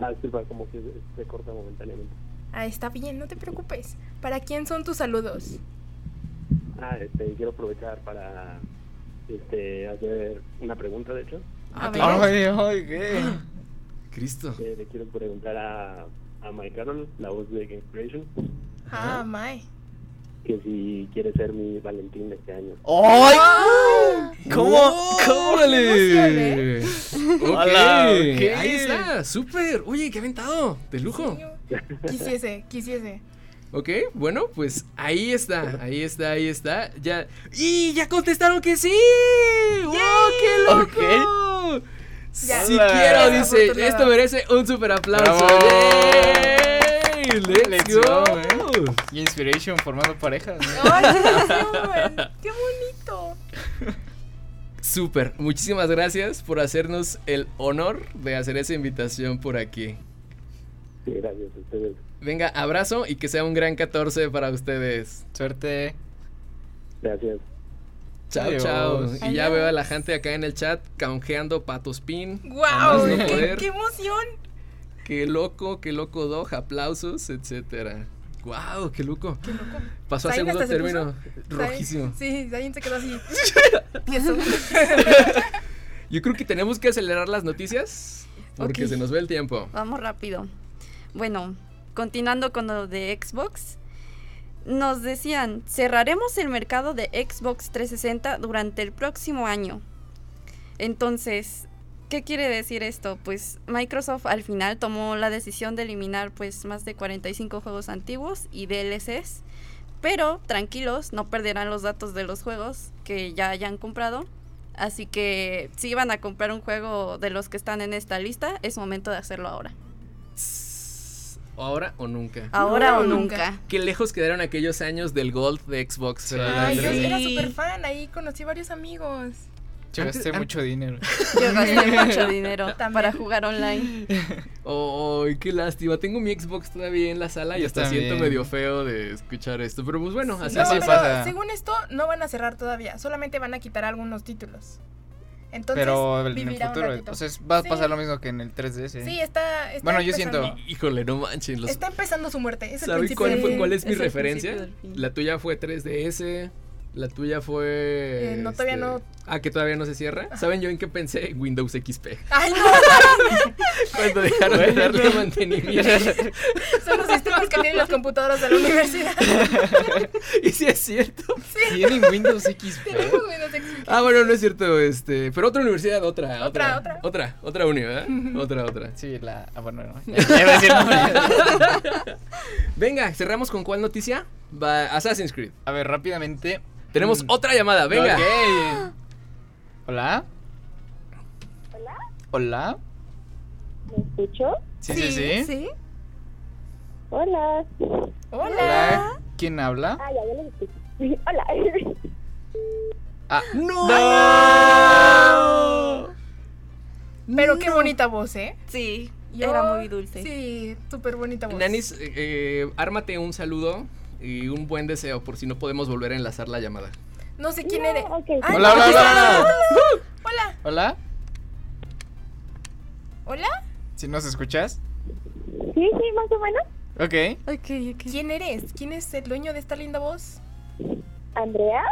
[SPEAKER 9] Ah, disculpa, como que se- se corta momentáneamente.
[SPEAKER 3] Ah, está bien, no te preocupes. ¿Para quién son tus saludos?
[SPEAKER 9] Ah, este, quiero aprovechar para este, hacer una pregunta, de hecho.
[SPEAKER 3] A ver.
[SPEAKER 2] Ay, ay, ¿qué?
[SPEAKER 1] [gasps] Cristo.
[SPEAKER 9] Eh, le quiero preguntar a, a My Carol, la voz de Game Creation,
[SPEAKER 3] Ah, my.
[SPEAKER 9] que si quiere ser mi Valentín de este año.
[SPEAKER 2] ¡Ay! ¿Cómo?
[SPEAKER 1] ¿Cómo
[SPEAKER 2] eh!
[SPEAKER 4] emoción,
[SPEAKER 5] Hola,
[SPEAKER 2] ok.
[SPEAKER 1] Ahí está, súper. Oye, qué aventado, de lujo.
[SPEAKER 3] Quisiese, quisiese.
[SPEAKER 1] Ok, bueno, pues ahí está, ahí está, ahí está. Ya. ¡Y ya contestaron que sí! ¡Wow, qué loco!
[SPEAKER 3] Ya.
[SPEAKER 1] Si
[SPEAKER 2] Hola.
[SPEAKER 1] quiero, dice,
[SPEAKER 3] Afortunada.
[SPEAKER 1] esto merece un super aplauso.
[SPEAKER 2] Bravo.
[SPEAKER 1] ¡Yay! ¡Let's,
[SPEAKER 2] Let's
[SPEAKER 1] go!
[SPEAKER 2] go, eh. Y Inspiration formando parejas. ¿no?
[SPEAKER 3] ¡Ay, qué
[SPEAKER 1] [laughs]
[SPEAKER 3] emoción! ¡Qué bonito!
[SPEAKER 1] Súper, muchísimas gracias por hacernos el honor de hacer esa invitación por aquí.
[SPEAKER 9] Sí, gracias a ustedes.
[SPEAKER 1] Venga, abrazo y que sea un gran 14 para ustedes.
[SPEAKER 2] Suerte.
[SPEAKER 9] Gracias.
[SPEAKER 1] Chao,
[SPEAKER 2] Adiós.
[SPEAKER 1] chao. Y ya
[SPEAKER 3] Adiós.
[SPEAKER 1] veo a la gente acá en el chat canjeando patospin.
[SPEAKER 3] ¡Guau!
[SPEAKER 1] A más no
[SPEAKER 3] ¡Qué,
[SPEAKER 1] poder.
[SPEAKER 3] qué emoción!
[SPEAKER 1] Qué loco, qué loco doj, aplausos, etcétera. Guau, qué loco. Pasó a
[SPEAKER 3] Zayn
[SPEAKER 1] segundo
[SPEAKER 3] hasta se
[SPEAKER 1] término. Rojísimo.
[SPEAKER 3] Sí, alguien se quedó
[SPEAKER 2] [laughs]
[SPEAKER 3] así. Tieso.
[SPEAKER 1] Yo creo que tenemos que acelerar las noticias porque
[SPEAKER 4] Ok.
[SPEAKER 1] se nos ve el tiempo.
[SPEAKER 4] Vamos rápido. Bueno, continuando con lo de Xbox. Nos decían, cerraremos el mercado de Xbox 360 durante el próximo año. Entonces, ¿qué quiere decir esto? Pues Microsoft al final tomó la decisión de eliminar pues más de 45 juegos antiguos y DLCs, pero tranquilos, no perderán los datos de los juegos que ya hayan comprado. Así que si iban a comprar un juego de los que están en esta lista, es momento de hacerlo ahora.
[SPEAKER 1] Tss, Ahora o nunca.
[SPEAKER 4] Ahora
[SPEAKER 3] No,
[SPEAKER 4] o
[SPEAKER 3] nunca.
[SPEAKER 4] nunca.
[SPEAKER 1] Qué lejos quedaron aquellos años del Gold de
[SPEAKER 3] [laughs]
[SPEAKER 1] Xbox. ¿verdad?
[SPEAKER 3] Ay, yo
[SPEAKER 1] Andrés?
[SPEAKER 3] era
[SPEAKER 4] Sí.
[SPEAKER 3] súper fan, ahí conocí varios amigos.
[SPEAKER 2] Yo
[SPEAKER 1] Antes-
[SPEAKER 2] gasté
[SPEAKER 1] antes-
[SPEAKER 2] mucho dinero.
[SPEAKER 4] Yo
[SPEAKER 3] [laughs]
[SPEAKER 4] gasté
[SPEAKER 2] [laughs]
[SPEAKER 4] mucho dinero
[SPEAKER 3] También.
[SPEAKER 4] para jugar online.
[SPEAKER 1] Ay, qué lástima. Tengo mi Xbox todavía en la sala y
[SPEAKER 2] Yo
[SPEAKER 1] hasta siento
[SPEAKER 2] también.
[SPEAKER 1] medio feo de escuchar esto. Pero pues bueno, así
[SPEAKER 3] No,
[SPEAKER 2] sí
[SPEAKER 1] es.
[SPEAKER 3] pero
[SPEAKER 2] pasa.
[SPEAKER 3] según esto, no van a cerrar todavía, solamente van a quitar algunos títulos. Entonces,
[SPEAKER 2] Pero en el
[SPEAKER 3] vivirá un
[SPEAKER 2] futuro,
[SPEAKER 3] ratito.
[SPEAKER 2] o sea, es- va a
[SPEAKER 3] Sí.
[SPEAKER 2] pasar lo mismo que en el 3DS.
[SPEAKER 3] sí, está, está
[SPEAKER 2] Bueno, yo
[SPEAKER 3] empezando.
[SPEAKER 2] siento-
[SPEAKER 1] [laughs] Híjole, no manches. Los...
[SPEAKER 3] Está empezando su muerte, es el
[SPEAKER 1] ¿Sabes
[SPEAKER 3] principio.
[SPEAKER 1] cuál,
[SPEAKER 3] del
[SPEAKER 1] fue-
[SPEAKER 3] fin.
[SPEAKER 1] cuál es mi
[SPEAKER 4] es el
[SPEAKER 1] referencia?
[SPEAKER 4] principio del fin.
[SPEAKER 1] La tuya fue 3DS. La tuya fue.
[SPEAKER 3] Eh, no, todavía no.
[SPEAKER 1] Ah, que todavía no se cierra. ¿Saben yo en qué pensé? Windows XP.
[SPEAKER 3] Ay, no,
[SPEAKER 1] [laughs] Cuando dejaron de darle mantenimiento.
[SPEAKER 3] [laughs] son los sistemas que tienen las computadoras
[SPEAKER 1] [laughs]
[SPEAKER 3] de la universidad.
[SPEAKER 1] y si es cierto.
[SPEAKER 2] Tienen Windows XP.
[SPEAKER 1] ¿Eh?
[SPEAKER 3] [laughs] Tenemos menos ex-
[SPEAKER 1] [laughs] Ah, bueno, no es cierto. este Pero otra universidad, otra. Otra,
[SPEAKER 3] Otra,
[SPEAKER 1] otra. Otra, otra uni, ¿verdad? Otra, otra.
[SPEAKER 2] Sí, la. Ah, bueno, no.
[SPEAKER 1] [laughs]
[SPEAKER 2] Ya, ya iba a decir el nombre.
[SPEAKER 1] Venga, cerramos con cuál noticia? Va, Assassin's Creed.
[SPEAKER 2] A ver, rápidamente.
[SPEAKER 1] Tenemos
[SPEAKER 2] Mm.
[SPEAKER 1] otra llamada, venga.
[SPEAKER 2] Ok. Hola. Hola.
[SPEAKER 8] ¿Me escuchó?
[SPEAKER 2] Sí, sí, sí.
[SPEAKER 4] ¿Sí?
[SPEAKER 8] Hola.
[SPEAKER 3] Hola.
[SPEAKER 2] Hola. ¿Quién habla?
[SPEAKER 8] Ah, ya, ya lo escuché. Hola.
[SPEAKER 2] Ah,
[SPEAKER 1] ¡No!
[SPEAKER 3] Pero qué bonita voz, ¿eh?
[SPEAKER 4] Sí,
[SPEAKER 3] Yo-
[SPEAKER 4] era muy dulce.
[SPEAKER 3] Sí, súper bonita voz.
[SPEAKER 1] Nanis, eh, eh, ármate un saludo y un buen deseo por si no podemos volver a enlazar la llamada.
[SPEAKER 3] No sé quién
[SPEAKER 8] No,
[SPEAKER 3] eres.
[SPEAKER 8] ok.
[SPEAKER 3] Ay,
[SPEAKER 2] Hola,
[SPEAKER 3] no,
[SPEAKER 2] hola,
[SPEAKER 3] pues,
[SPEAKER 2] hola.
[SPEAKER 3] Hola.
[SPEAKER 2] Hola.
[SPEAKER 3] Hola.
[SPEAKER 2] Si nos escuchas.
[SPEAKER 8] Sí, sí, más o menos.
[SPEAKER 2] Ok.
[SPEAKER 4] Ok, ok.
[SPEAKER 3] ¿Quién eres? ¿Quién es el dueño de esta linda voz?
[SPEAKER 8] Andrea,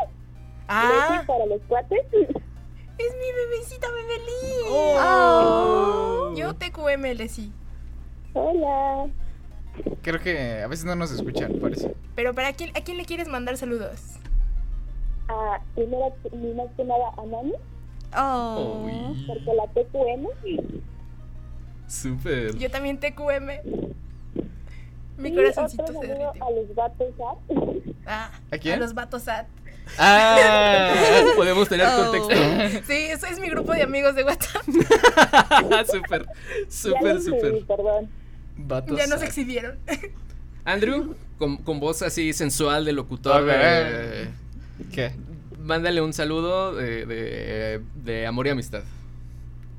[SPEAKER 3] Ah,
[SPEAKER 8] [laughs] Leti para los cuates.
[SPEAKER 3] es mi bebecita Bebelín. Yo TQM le sí.
[SPEAKER 8] Hola.
[SPEAKER 2] Creo que a veces no nos escuchan, parece.
[SPEAKER 3] Pero para quién, ¿a quién le quieres mandar saludos?
[SPEAKER 8] Ah, primero, ni más que nada a Nani,
[SPEAKER 4] Oh.
[SPEAKER 1] Uy,
[SPEAKER 8] porque la TQM.
[SPEAKER 1] Súper.
[SPEAKER 3] Yo también TQM. Mi
[SPEAKER 8] y otro
[SPEAKER 3] corazoncito se
[SPEAKER 8] saludo
[SPEAKER 3] derrite.
[SPEAKER 8] a los gatos, ¿sabes?
[SPEAKER 3] Ah,
[SPEAKER 2] ¿A quién?
[SPEAKER 3] los vatos sad.
[SPEAKER 1] [laughs] Ah, podemos tener
[SPEAKER 2] Oh.
[SPEAKER 1] contexto.
[SPEAKER 3] [laughs]
[SPEAKER 2] [laughs]
[SPEAKER 1] [laughs]
[SPEAKER 3] Sí, ese es mi grupo de amigos de WhatsApp.
[SPEAKER 1] súper,
[SPEAKER 8] Ya
[SPEAKER 1] súper,
[SPEAKER 8] no sé,
[SPEAKER 1] súper.
[SPEAKER 8] Perdón.
[SPEAKER 2] Vatos.
[SPEAKER 3] Ya nos exhibieron.
[SPEAKER 1] Andrew, con, con voz así sensual de locutor.
[SPEAKER 2] Ok.
[SPEAKER 1] eh,
[SPEAKER 2] ¿Qué?
[SPEAKER 1] mándale un saludo de, de- de amor y amistad.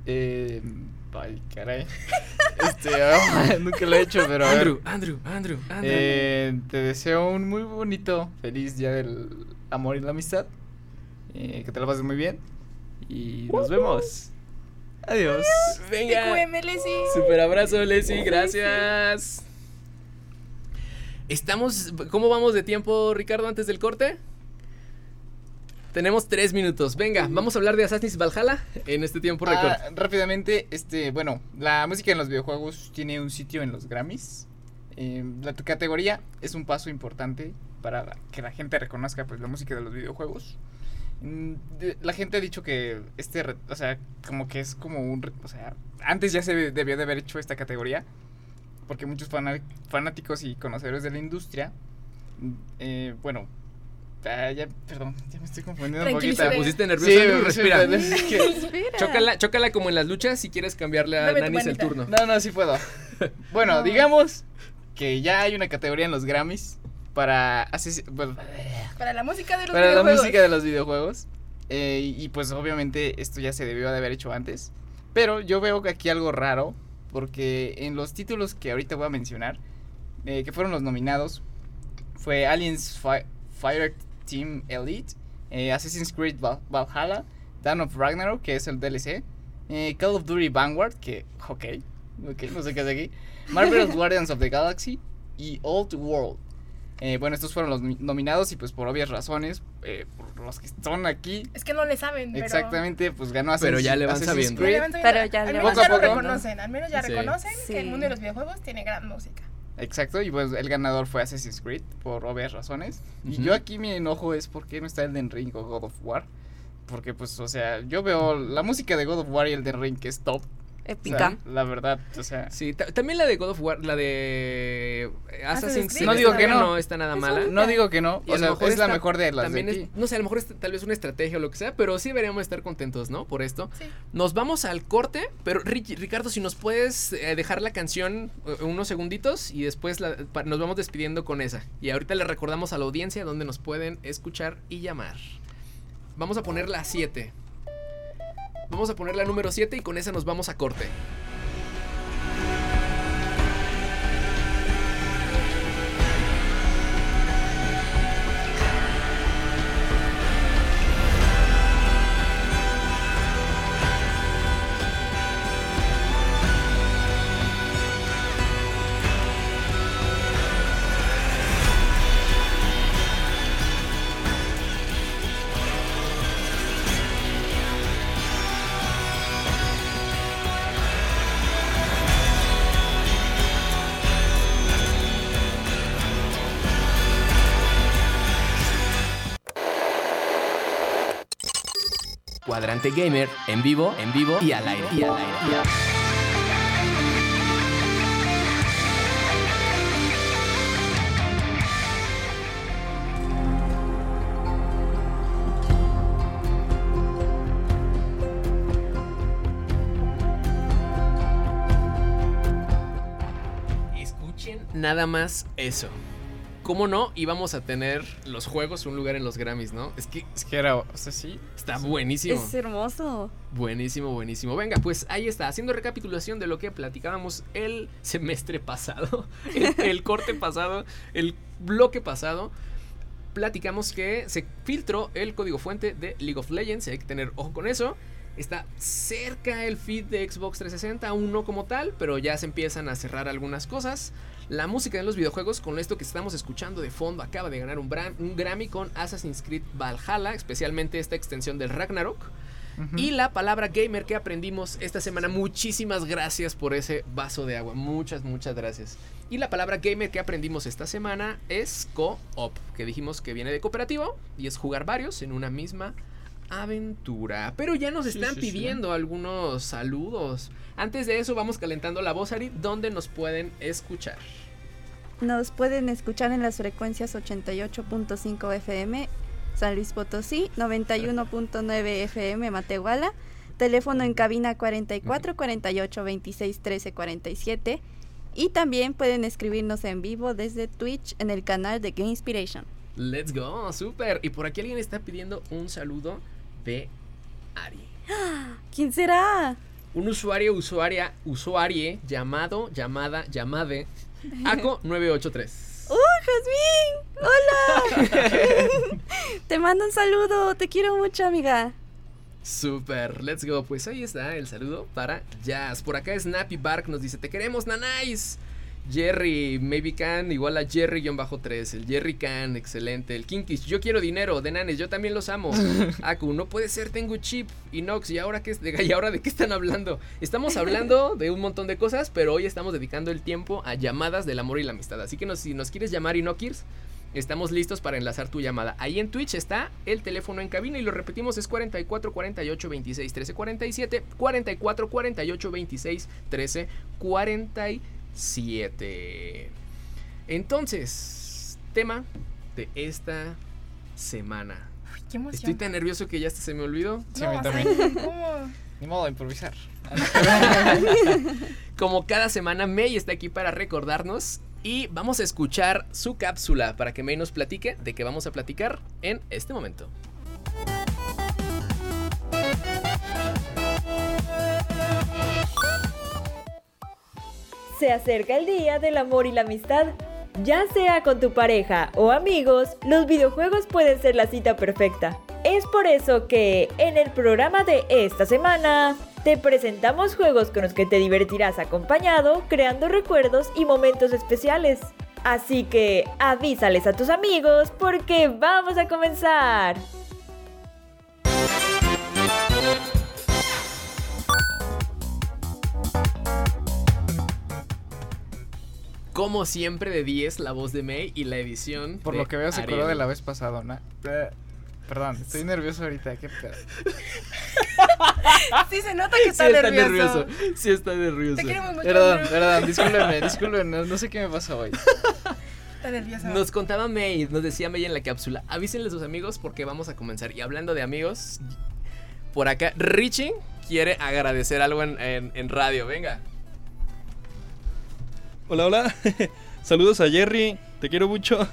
[SPEAKER 2] Eh. Ay,
[SPEAKER 1] [laughs]
[SPEAKER 2] caray. Este, ah, [laughs] nunca lo he hecho, pero. a ver.
[SPEAKER 1] Andrew, Andrew, Andrew, Andrew.
[SPEAKER 2] Eh, te deseo un muy bonito, feliz día del amor y la amistad. Eh, que te la pases muy bien. Y nos vemos. Adiós.
[SPEAKER 1] Venga.
[SPEAKER 3] TQM, Leslie.
[SPEAKER 1] Super abrazo, Leslie, gracias. Estamos. ¿Cómo vamos de tiempo, Ricardo, antes del corte? Tenemos tres minutos. Venga, vamos a hablar de Assassin's Valhalla en este tiempo récord.
[SPEAKER 2] Ah, rápidamente, este, bueno, la música en los videojuegos tiene un sitio en los Grammys. Eh, la t- categoría es un paso importante para la- que la gente reconozca pues, la música de los videojuegos. Mm, de- La gente ha dicho que este, re- o sea, como que es como un, re- o sea, antes ya se de- debió de haber hecho esta categoría, porque muchos fana- fanáticos y conocedores de la industria, mm, eh, bueno, ah, ya, perdón, ya me estoy confundiendo un poquito.
[SPEAKER 3] Tranquilízate.
[SPEAKER 1] Te pusiste nervioso,
[SPEAKER 2] Sí,
[SPEAKER 1] Andrew,
[SPEAKER 2] sí,
[SPEAKER 1] respira.
[SPEAKER 2] pero
[SPEAKER 1] [laughs]
[SPEAKER 2] es que-
[SPEAKER 4] Respira.
[SPEAKER 1] Chócala, chócala como en las luchas si quieres cambiarle a
[SPEAKER 3] Dame tu
[SPEAKER 1] Nanis el
[SPEAKER 3] manita.
[SPEAKER 1] turno.
[SPEAKER 2] No, no, sí
[SPEAKER 1] [laughs]
[SPEAKER 2] puedo. Bueno, digamos que ya hay una categoría en los Grammys para, ases- bueno,
[SPEAKER 3] Para la música de los
[SPEAKER 2] para la
[SPEAKER 3] videojuegos.
[SPEAKER 2] música de los videojuegos. Eh, y y pues obviamente esto ya se debió de haber hecho antes. Pero yo veo que aquí algo raro, porque en los títulos que ahorita voy a mencionar, eh, que fueron los nominados, fue Aliens Fi- Fire Team Elite, eh, Assassin's Creed Val- Valhalla, Dawn of Ragnarok, que es el DLC, eh, Call of Duty Vanguard, que, ok, ok, no sé qué es aquí,
[SPEAKER 3] [laughs]
[SPEAKER 2] Marvel's Guardians of the Galaxy y Old World. Eh, bueno, estos fueron los mi- nominados y pues por obvias razones, eh, por los que están aquí,
[SPEAKER 3] Es que no le saben, pero...
[SPEAKER 2] exactamente, pues ganó Assassin's,
[SPEAKER 1] Pero ya le van
[SPEAKER 2] Assassin's
[SPEAKER 1] sabiendo.
[SPEAKER 3] Ya le
[SPEAKER 2] Creed.
[SPEAKER 3] van sabiendo.
[SPEAKER 4] Pero ya
[SPEAKER 3] al
[SPEAKER 4] le
[SPEAKER 3] menos
[SPEAKER 2] van
[SPEAKER 3] ya lo
[SPEAKER 2] sabiendo.
[SPEAKER 3] reconocen, al menos ya
[SPEAKER 1] Sí.
[SPEAKER 3] reconocen
[SPEAKER 4] Sí.
[SPEAKER 3] que el mundo de los videojuegos tiene gran música.
[SPEAKER 2] Exacto, y pues el ganador fue Assassin's Creed, por obvias razones.
[SPEAKER 1] Ujú.
[SPEAKER 2] Y yo aquí mi enojo es por qué no está el de Ring o God of War. Porque pues, o sea, yo veo la música de God of War y el de Ring que es top. o sea,
[SPEAKER 4] Épica.
[SPEAKER 2] la verdad, o sea...
[SPEAKER 1] Sí, ta- también la de God of War, la de eh, Assassin's
[SPEAKER 3] Assassin's
[SPEAKER 1] Creed.
[SPEAKER 2] Creed. No digo
[SPEAKER 1] está
[SPEAKER 2] que
[SPEAKER 1] bien,
[SPEAKER 2] no.
[SPEAKER 1] está nada
[SPEAKER 3] Es
[SPEAKER 1] mala.
[SPEAKER 3] un-
[SPEAKER 2] No digo que no,
[SPEAKER 1] Y a
[SPEAKER 2] o
[SPEAKER 1] lo
[SPEAKER 2] sea,
[SPEAKER 1] mejor
[SPEAKER 2] es la
[SPEAKER 1] está-
[SPEAKER 2] mejor de las de
[SPEAKER 1] También es-
[SPEAKER 2] aquí.
[SPEAKER 1] no sé, a lo mejor es tal vez una estrategia o lo que sea, pero sí deberíamos estar contentos, ¿no? Por esto.
[SPEAKER 3] Sí.
[SPEAKER 1] Nos vamos al corte, pero Ricky- Ricardo, si nos puedes eh, dejar la canción eh, unos segunditos y después la- pa- nos vamos despidiendo con esa. Y ahorita le recordamos a la audiencia donde nos pueden escuchar y llamar. Vamos a poner la 7. Vamos a poner la número 7 y con esa nos vamos a corte. Cuadrante Gamer, en vivo, en vivo y al aire. Y al aire, y al aire. Escuchen nada más eso. ¿Cómo no íbamos a tener los juegos un lugar en los Grammys, no? Es que
[SPEAKER 2] Es que era, o sea, sí.
[SPEAKER 1] está buenísimo.
[SPEAKER 4] Es hermoso.
[SPEAKER 1] Buenísimo, buenísimo. Venga, pues ahí está, haciendo recapitulación de lo que platicábamos el semestre pasado, [laughs] el, el corte pasado, el bloque pasado. Platicamos que se filtró el código fuente de League of Legends, hay que tener ojo con eso. Está cerca el feed de Xbox 360, aún no como tal, pero ya se empiezan a cerrar algunas cosas. La música de los videojuegos, con esto que estamos escuchando de fondo, acaba de ganar un, bra- un Grammy con Assassin's Creed Valhalla, especialmente esta extensión del Ragnarok. Y la palabra gamer que aprendimos esta semana, muchísimas gracias por ese vaso de agua. Muchas, muchas gracias. Y la palabra gamer que aprendimos esta semana es co-op, que dijimos que viene de cooperativo y es jugar varios en una misma aventura. Pero ya nos
[SPEAKER 2] Sí,
[SPEAKER 1] están
[SPEAKER 2] sí, sí.
[SPEAKER 1] pidiendo algunos saludos. Antes de eso, vamos calentando la voz, Ari, donde nos pueden escuchar.
[SPEAKER 4] Nos pueden escuchar en las frecuencias 88.5 FM San Luis Potosí, 91.9 FM Matehuala, teléfono en cabina 44 48 26 13 47 y también pueden escribirnos en vivo desde Twitch en el canal de Game Inspiration.
[SPEAKER 1] Let's go, super. Y por aquí alguien está pidiendo un saludo de Ari.
[SPEAKER 4] ¿Quién será?
[SPEAKER 1] Un usuario, usuaria, usuarie llamado, llamada,
[SPEAKER 4] [laughs]
[SPEAKER 1] llamade, ACO983.
[SPEAKER 4] ¡Uh, Jazmín! ¡Hola! [laughs] te mando un saludo, te quiero mucho, amiga.
[SPEAKER 1] Super, let's go. Pues ahí está el saludo para Jazz. Por acá Snappy Bark nos dice, te queremos, nanais. Jerry, maybe can, igual a Jerry-3. El Jerry can, excelente. El Kinkish, yo quiero dinero. De nanes, yo también los amo. Aku, no puede ser, tengo chip. Inox, ¿y ahora, qué, es- de, ¿y ahora de qué están hablando? Estamos hablando de un montón de cosas, pero hoy estamos dedicando el tiempo a llamadas del amor y la amistad. Así que nos- si nos quieres llamar, Inokirs, Estamos listos para enlazar tu llamada. Ahí en Twitch está el teléfono en cabina y lo repetimos es 44 48 26 13 47 44 48 26 13 47. Entonces, tema de esta semana.
[SPEAKER 3] Uy, qué emoción.
[SPEAKER 1] Estoy tan nervioso que ya hasta se me olvidó.
[SPEAKER 2] Sí, a mí
[SPEAKER 3] No,
[SPEAKER 2] también.
[SPEAKER 3] así, ¿cómo?
[SPEAKER 2] Ni modo de improvisar.
[SPEAKER 1] [laughs] Como cada semana, May está aquí para recordarnos y vamos a escuchar su cápsula para que May nos platique de qué vamos a platicar en este momento.
[SPEAKER 10] Se acerca el día del amor y la amistad. Ya sea con tu pareja o amigos, los videojuegos pueden ser la cita perfecta. Es por eso que en el programa de esta semana te presentamos juegos con los que te divertirás acompañado, creando recuerdos y momentos especiales. Así que avísales a tus amigos porque vamos a comenzar.
[SPEAKER 1] Como siempre de 10 la voz de May y la edición.
[SPEAKER 2] Por
[SPEAKER 1] de
[SPEAKER 2] lo que veo, se acordó
[SPEAKER 1] Ariel.
[SPEAKER 2] de la vez pasada, ¿no? Eh, Perdón, estoy nervioso ahorita. ¿Qué pedo?
[SPEAKER 3] [laughs] Sí, se nota que
[SPEAKER 1] Sí
[SPEAKER 3] está,
[SPEAKER 1] está
[SPEAKER 3] nervioso.
[SPEAKER 1] nervioso. Sí está nervioso.
[SPEAKER 3] Te queremos mucho.
[SPEAKER 2] Perdón,
[SPEAKER 3] Andrew.
[SPEAKER 2] perdón, [laughs] discúlpenme, discúlpenme. No, no sé qué me pasó hoy.
[SPEAKER 3] Está nervioso.
[SPEAKER 1] [laughs] Nos contaba May, nos decía May en la cápsula, avísenle a sus amigos porque vamos a comenzar. Y hablando de amigos, por acá Richie quiere agradecer algo en, en- en radio. Venga.
[SPEAKER 5] Hola, hola. [laughs] Saludos a Jerry. Te quiero mucho. [laughs]